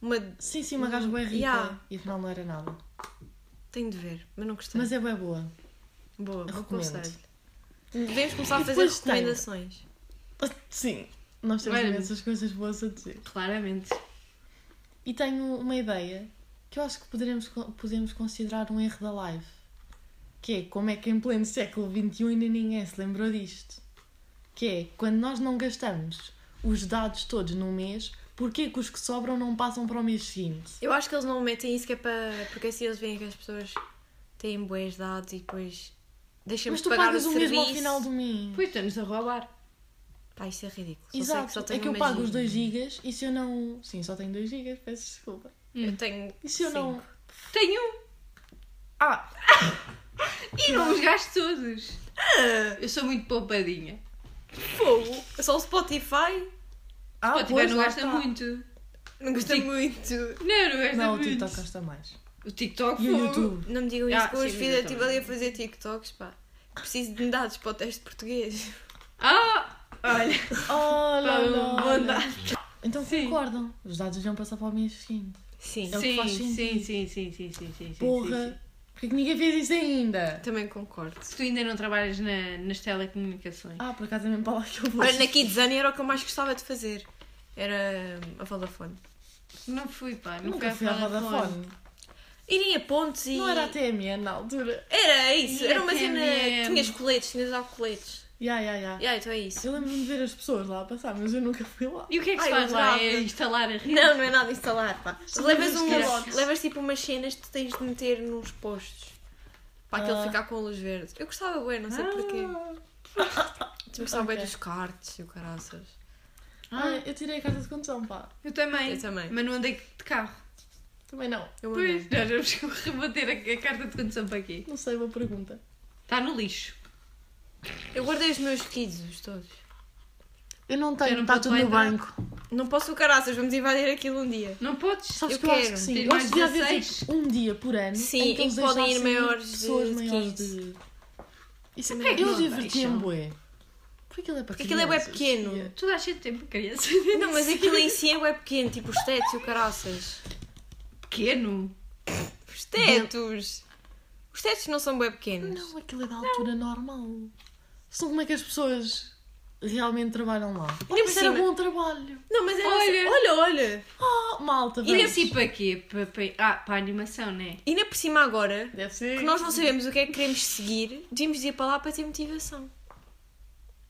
Speaker 2: uma.
Speaker 3: Sim, sim, uma gaja bem rica.
Speaker 2: Hum, Yeah.
Speaker 3: E afinal não era nada.
Speaker 2: Tenho de ver, mas não gostei.
Speaker 3: Mas é bem boa.
Speaker 2: Boa, bom
Speaker 3: recomendo.
Speaker 2: conselho. Devemos começar a fazer
Speaker 3: depois tenho.
Speaker 2: recomendações. Ah,
Speaker 3: Sim. Nós temos
Speaker 1: Olha.
Speaker 3: imensas coisas boas a dizer.
Speaker 1: Claramente.
Speaker 3: E tenho uma ideia que eu acho que poderemos, podemos considerar um erro da live. Que é como é que em pleno século XXI ainda ninguém se lembrou disto. Que é quando nós não gastamos os dados todos num mês, porquê que os que sobram não passam para o mês seguinte?
Speaker 2: Eu acho que eles não metem isso que é para. porque assim eles veem que as pessoas têm boas dados e depois deixamos
Speaker 3: Mas
Speaker 2: de
Speaker 3: tu
Speaker 2: pagar
Speaker 3: pagas
Speaker 2: o
Speaker 3: o
Speaker 2: serviço.
Speaker 3: mesmo ao final do mês.
Speaker 1: Pois estamos a roubar.
Speaker 2: Pá, isso é ridículo. Só sei
Speaker 3: Exato,
Speaker 2: que só
Speaker 3: é
Speaker 2: tenho
Speaker 3: que eu
Speaker 2: uma
Speaker 3: pago os
Speaker 2: giga.
Speaker 3: 2 gigas e se eu não. Sim, só tenho 2 gigas, peço desculpa.
Speaker 2: Eu tenho.
Speaker 3: E se eu não.
Speaker 2: cinco.
Speaker 1: Tenho um.
Speaker 3: Ah,
Speaker 1: E não os gasto todos.
Speaker 3: Ah.
Speaker 1: Eu sou muito poupadinha.
Speaker 2: Fogo! Só o Spotify
Speaker 3: ah
Speaker 1: Pô, tiver
Speaker 3: pois,
Speaker 1: não
Speaker 3: lá
Speaker 1: gasta
Speaker 3: está.
Speaker 1: muito.
Speaker 2: não gostei muito.
Speaker 1: Não, não gasta
Speaker 3: Não, o
Speaker 1: muito.
Speaker 3: TikTok gasta mais.
Speaker 1: O TikTok
Speaker 3: E o
Speaker 1: foi-
Speaker 3: YouTube.
Speaker 2: Não me digam
Speaker 1: Ah,
Speaker 2: isso que
Speaker 1: sim,
Speaker 2: hoje
Speaker 1: mas
Speaker 2: filha
Speaker 1: eu
Speaker 2: estive
Speaker 1: também.
Speaker 2: ali a fazer TikToks, pá. Preciso de me dados para o teste de português.
Speaker 1: Ah! Olha.
Speaker 3: Olha, olha, olha.
Speaker 1: Bondade.
Speaker 3: Então
Speaker 1: Sim.
Speaker 3: concordam. Os dados iam passar para o mês seguinte.
Speaker 2: Sim.
Speaker 3: É o que
Speaker 1: Sim,
Speaker 3: faz
Speaker 1: sim,
Speaker 3: sentido.
Speaker 1: sim, sim, sim, sim, sim, sim, sim.
Speaker 3: Porra,
Speaker 1: sim.
Speaker 3: Porquê que ninguém fez isso ainda?
Speaker 2: Também concordo.
Speaker 1: Se tu ainda não trabalhas na- nas telecomunicações.
Speaker 3: Ah, por acaso é mesmo para lá que eu vou.
Speaker 2: Olha, na Kidzania era o que eu mais gostava de fazer. Era hum, a Vodafone.
Speaker 1: Não fui, pá.
Speaker 3: Nunca fui à Vodafone.
Speaker 2: Irem a pontes e...
Speaker 3: Não era a TMN na altura.
Speaker 2: Era isso.
Speaker 1: Ia
Speaker 2: Era uma
Speaker 1: ter
Speaker 2: cena...
Speaker 1: mesmo.
Speaker 2: Tinhas coletes, tinhas algo coletes.
Speaker 3: Ya, ya, ya.
Speaker 2: Yeah, então é isso.
Speaker 3: Eu lembro-me de ver as pessoas lá a passar, mas eu nunca fui lá.
Speaker 1: E o que é que se
Speaker 2: Ai,
Speaker 1: faz lá? É
Speaker 2: adorava.
Speaker 1: instalar a rede?
Speaker 2: Não, não é nada instalar, pá.
Speaker 3: Só
Speaker 2: Levas,
Speaker 3: levas
Speaker 2: uns,
Speaker 3: calotes.
Speaker 2: levas tipo umas cenas que tu tens de meter nos postos. Para aquele
Speaker 3: Ah.
Speaker 2: ficar com a luz verde. Eu gostava bué, não sei porquê. Tu gostava bué
Speaker 3: Ok.
Speaker 2: dos cartes e o caraças.
Speaker 3: Ah, eu tirei a carta de condução, pá.
Speaker 1: Eu também.
Speaker 2: Eu também.
Speaker 1: Mas não andei de carro.
Speaker 3: Também não.
Speaker 2: Eu
Speaker 1: Pois,
Speaker 2: andei.
Speaker 1: nós vamos rebater a, a carta de condução para aqui.
Speaker 3: Não sei, boa pergunta.
Speaker 1: Está no lixo.
Speaker 2: Eu guardei os meus kids todos.
Speaker 3: Eu não
Speaker 1: Eu
Speaker 3: tenho,
Speaker 1: não
Speaker 3: está
Speaker 1: posso
Speaker 3: tudo no
Speaker 1: lá entrar.
Speaker 3: banco.
Speaker 2: Não posso o caraças, vamos invadir aquilo um dia.
Speaker 1: Não podes?
Speaker 3: Sabes
Speaker 2: Eu
Speaker 3: que eu acho
Speaker 2: quero. um
Speaker 3: que sim.
Speaker 1: Tenho
Speaker 3: Eu acho que
Speaker 1: mais
Speaker 3: devia haver
Speaker 1: 16.
Speaker 3: tipo, um dia por ano
Speaker 2: Sim,
Speaker 3: em que
Speaker 2: em
Speaker 3: eles
Speaker 2: que podem
Speaker 3: deixassem
Speaker 2: ir maiores de-
Speaker 3: pessoas
Speaker 2: de
Speaker 3: maiores
Speaker 2: 15.
Speaker 3: de... Isso
Speaker 2: Também é que
Speaker 3: eu
Speaker 2: não
Speaker 3: divertia-me,
Speaker 2: deixam.
Speaker 3: bué. Porque aquilo é para
Speaker 2: Porque aquilo é bué
Speaker 3: crianças.
Speaker 2: pequeno.
Speaker 3: Yeah.
Speaker 1: Tu dás sempre tempo, criança.
Speaker 2: Não, mas aquilo em si é bué pequeno, tipo os tetos e o caraças.
Speaker 1: Pequeno.
Speaker 2: Os tetos! Os tetos não são bué pequenos.
Speaker 3: Não, aquilo é da altura normal. São como é que as pessoas realmente trabalham lá. Olha,
Speaker 2: por
Speaker 3: isso era
Speaker 2: cima-
Speaker 3: bom trabalho.
Speaker 2: Não, mas é
Speaker 1: Olha.
Speaker 2: olha. olha, olha!
Speaker 3: Oh, malta,
Speaker 2: é
Speaker 1: E
Speaker 3: vamos.
Speaker 2: tipo,
Speaker 1: assim para quê? Para, para, ah, para a animação, né?
Speaker 2: Ainda por cima agora,
Speaker 3: Deve ser.
Speaker 2: que nós não sabemos o que é que queremos seguir, devíamos ir para lá para ter motivação.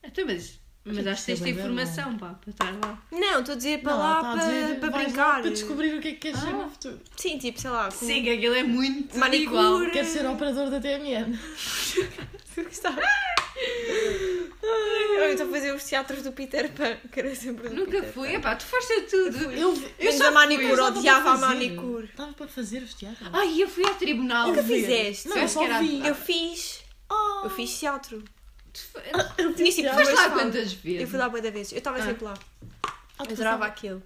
Speaker 1: Até Então, mas, mas
Speaker 3: que
Speaker 1: acho que tens de ter
Speaker 3: saber, não é?
Speaker 1: informação, pá, para estar lá.
Speaker 2: Não, estou a dizer para
Speaker 3: Não,
Speaker 2: lá
Speaker 3: tá a
Speaker 2: para,
Speaker 3: dizer,
Speaker 2: para
Speaker 3: vais lá
Speaker 2: brincar.
Speaker 3: Para descobrir o que é que queres ser
Speaker 1: Ah.
Speaker 3: no futuro.
Speaker 2: Sim, tipo, sei lá, com
Speaker 1: Sim, que aquilo é muito
Speaker 2: Manicure.
Speaker 1: igual.
Speaker 3: Quero
Speaker 2: Hum.
Speaker 3: ser operador da TMN.
Speaker 2: Eu estou a então fazer os teatros do Peter Pan, que era sempre do
Speaker 1: Nunca
Speaker 2: Peter
Speaker 1: fui, epá, tu foste a tudo.
Speaker 3: Eu,
Speaker 2: Eu só a manicure,
Speaker 3: estava para
Speaker 2: odiava a
Speaker 3: fazer.
Speaker 2: manicure.
Speaker 3: Estava para fazer os teatros.
Speaker 1: Ai, eu fui ao tribunal.
Speaker 2: Nunca
Speaker 1: ver.
Speaker 2: fizeste.
Speaker 3: Não,
Speaker 1: eu
Speaker 3: eu
Speaker 1: acho que era
Speaker 3: só vi.
Speaker 2: Eu fiz. Eu fiz teatro.
Speaker 1: Tu fo-
Speaker 3: Eu
Speaker 2: Tinha tipo
Speaker 3: teatro.
Speaker 2: duas
Speaker 1: Foste lá
Speaker 2: salas.
Speaker 1: quantas vezes?
Speaker 2: Eu fui lá muita vez. Eu estava
Speaker 1: Ah.
Speaker 2: sempre lá.
Speaker 3: Ah,
Speaker 2: Eu
Speaker 3: tu
Speaker 2: adorava
Speaker 3: só-
Speaker 2: aquilo.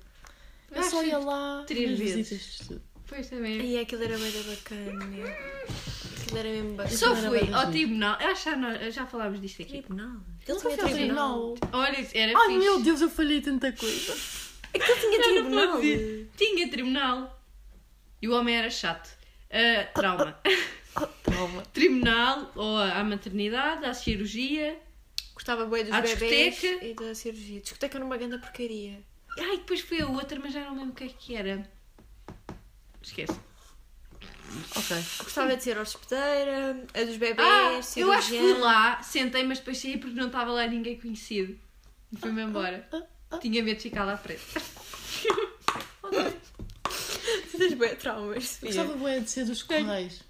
Speaker 3: Eu só ia lá.
Speaker 1: três
Speaker 3: nas
Speaker 1: vezes.
Speaker 3: visitas de estudo.
Speaker 1: Pois também.
Speaker 2: E aquilo era muito bacana. Aquilo era mesmo bacana.
Speaker 1: Só
Speaker 3: era
Speaker 1: fui
Speaker 3: bué
Speaker 1: ao
Speaker 3: giro.
Speaker 1: tribunal. Eu acho que já, nós- já falámos disto aqui.
Speaker 2: Tribunal. Ele
Speaker 3: Eu
Speaker 2: Tipo,
Speaker 3: nunca
Speaker 2: tinha
Speaker 3: fui ao
Speaker 2: tribunal.
Speaker 3: tribunal.
Speaker 1: Olha, era
Speaker 3: Ai
Speaker 1: fixe.
Speaker 3: meu Deus, eu falhei tanta coisa.
Speaker 2: É Ele tinha
Speaker 1: Eu não
Speaker 2: tribunal.
Speaker 1: posso dizer. Tinha tribunal. E o homem era chato. Ah, trauma.
Speaker 3: ah, Calma.
Speaker 1: tribunal, ou à maternidade, à cirurgia.
Speaker 2: Gostava bem dos
Speaker 1: À
Speaker 2: bebês
Speaker 1: discoteca.
Speaker 2: e da cirurgia. Discoteca era uma grande porcaria.
Speaker 1: Ai, depois fui a outra, mas já não lembro o que é que era. Esquece.
Speaker 3: Ok.
Speaker 2: Gostava de ser hospedeira, a dos bebês,
Speaker 1: Ah, eu
Speaker 2: cirurgiã.
Speaker 1: acho que fui lá, sentei, mas depois saí porque não estava lá ninguém conhecido. E fui-me embora.
Speaker 2: Ah,
Speaker 1: Tinha medo de ficar lá preto.
Speaker 2: Tu tens bué traumas, Sofia.
Speaker 3: Gostava bem de ser dos Correios.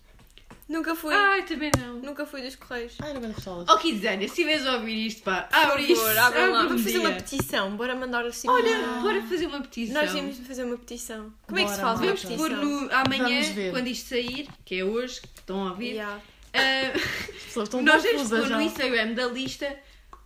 Speaker 2: Nunca fui.
Speaker 1: Ai, também não.
Speaker 2: Nunca fui dos Correios.
Speaker 3: Ai, era bem gostosa.
Speaker 1: Oh, Kizânia, se estiveres a ouvir isto, pá,
Speaker 2: Por
Speaker 1: abre isto.
Speaker 2: favor,
Speaker 1: Ah,
Speaker 2: abre lá.
Speaker 1: abre um
Speaker 2: Vamos fazer
Speaker 1: dia.
Speaker 2: uma petição. Bora mandar assim.
Speaker 1: Olha, bora fazer uma petição.
Speaker 2: Nós temos de fazer uma petição. Como é que se
Speaker 3: Bora,
Speaker 2: faz uma
Speaker 1: Vamos
Speaker 3: Malta.
Speaker 2: petição?
Speaker 1: pôr no, amanhã,
Speaker 3: Vamos ver.
Speaker 1: quando isto sair, que é hoje, que estão a ouvir,
Speaker 2: Yeah.
Speaker 1: ah,
Speaker 3: As pessoas estão
Speaker 1: nós vamos
Speaker 3: confusas
Speaker 1: pôr no
Speaker 3: já.
Speaker 1: Instagram da lista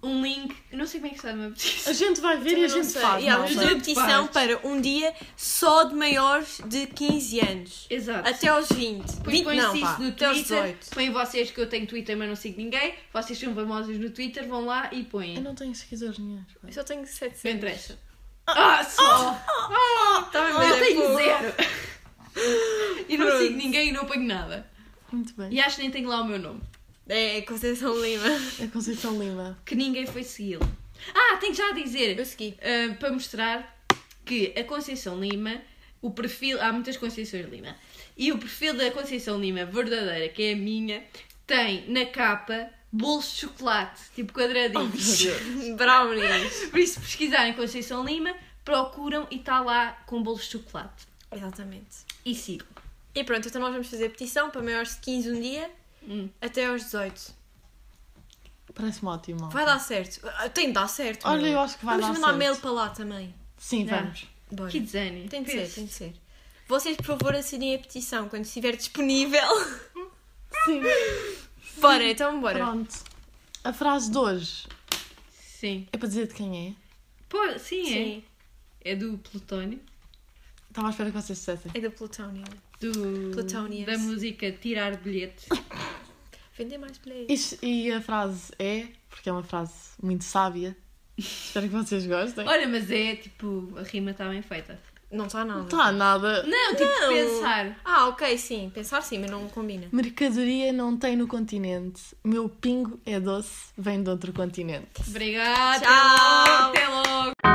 Speaker 1: um link. Eu não sei como é que se faz uma petição.
Speaker 3: A gente vai ver e a
Speaker 2: Eu não
Speaker 3: gente
Speaker 2: sei.
Speaker 3: faz.
Speaker 2: Yeah, vamos
Speaker 3: malta.
Speaker 2: fazer uma
Speaker 1: é? Gente,
Speaker 2: petição
Speaker 1: faz.
Speaker 2: para um dia só de maiores de 15 anos.
Speaker 1: Exato.
Speaker 2: Até aos 20.
Speaker 1: Depois
Speaker 2: 20
Speaker 1: põe
Speaker 2: não,
Speaker 1: se
Speaker 2: pá.
Speaker 1: isso no
Speaker 2: Até aos
Speaker 1: Twitter.
Speaker 2: 18.
Speaker 1: Põem vocês que eu tenho Twitter, mas não sigo ninguém. Vocês são famosos no Twitter, vão lá e
Speaker 3: Eu
Speaker 1: põem.
Speaker 3: não tenho seguidores nenhum.
Speaker 2: Eu só tenho
Speaker 1: Não
Speaker 2: 700.
Speaker 1: interessa. Ah, só!
Speaker 2: Tá
Speaker 3: Ah,
Speaker 2: bem, mas
Speaker 1: eu
Speaker 2: é
Speaker 1: tenho
Speaker 2: pouco.
Speaker 1: zero! E não
Speaker 2: Pronto.
Speaker 1: sigo ninguém e não ponho nada.
Speaker 3: Muito bem.
Speaker 1: E acho que nem tenho lá o meu nome.
Speaker 2: É, Conceição Lima.
Speaker 3: A Conceição Lima.
Speaker 1: Que ninguém foi segui-lo. Ah, tenho já a dizer.
Speaker 2: Eu segui.
Speaker 1: ah, para mostrar que a Conceição Lima, o perfil. Há muitas Conceições Lima. E o perfil da Conceição Lima verdadeira, que é a minha, tem na capa bolos de chocolate, tipo
Speaker 2: Oh,
Speaker 1: quadradinhos.
Speaker 2: Brownies.
Speaker 1: Por isso, se pesquisarem Conceição Lima, procuram e está lá com bolos de chocolate.
Speaker 2: Exatamente.
Speaker 1: E sigam.
Speaker 2: E pronto, então nós vamos fazer petição para maiores de 15 um dia
Speaker 1: Hum.
Speaker 2: até aos 18.
Speaker 3: Parece-me ótimo.
Speaker 2: Vai dar certo. Ah, Tem de dar certo.
Speaker 3: Olha,
Speaker 2: meu.
Speaker 3: eu acho que vai
Speaker 2: vamos
Speaker 3: dar
Speaker 2: mandar
Speaker 3: certo.
Speaker 2: mail para lá também.
Speaker 3: Sim,
Speaker 1: Dá.
Speaker 3: vamos.
Speaker 2: Bora.
Speaker 1: Que desânimo.
Speaker 2: Tem de ser,
Speaker 1: Pensa.
Speaker 2: tem de ser. Vocês, por favor, assinem a petição quando estiver disponível.
Speaker 3: Sim.
Speaker 2: Bora, então bora.
Speaker 3: Pronto. A frase de hoje
Speaker 1: Sim.
Speaker 3: é para dizer de quem é.
Speaker 1: Pô, sim,
Speaker 2: Sim,
Speaker 1: é. É do Plutónio.
Speaker 3: Estava à espera que vocês dissessem.
Speaker 2: é da Plutónia.
Speaker 1: Do,
Speaker 2: Plutonians.
Speaker 1: da música Tirar Bilhete.
Speaker 2: Vender mais plays.
Speaker 3: Isto- E a frase é, porque é uma frase muito sábia. Espero que vocês gostem.
Speaker 1: Olha, mas é tipo, a rima está bem feita.
Speaker 2: Não está nada.
Speaker 3: Não está nada.
Speaker 1: Não, tipo,
Speaker 2: Não.
Speaker 1: pensar.
Speaker 2: Ah, ok, sim. Pensar sim, mas não combina.
Speaker 3: Mercadoria não tem no continente. Meu pingo é doce, vem de outro continente.
Speaker 1: Obrigada.
Speaker 2: Tchau.
Speaker 1: Até logo. Até logo.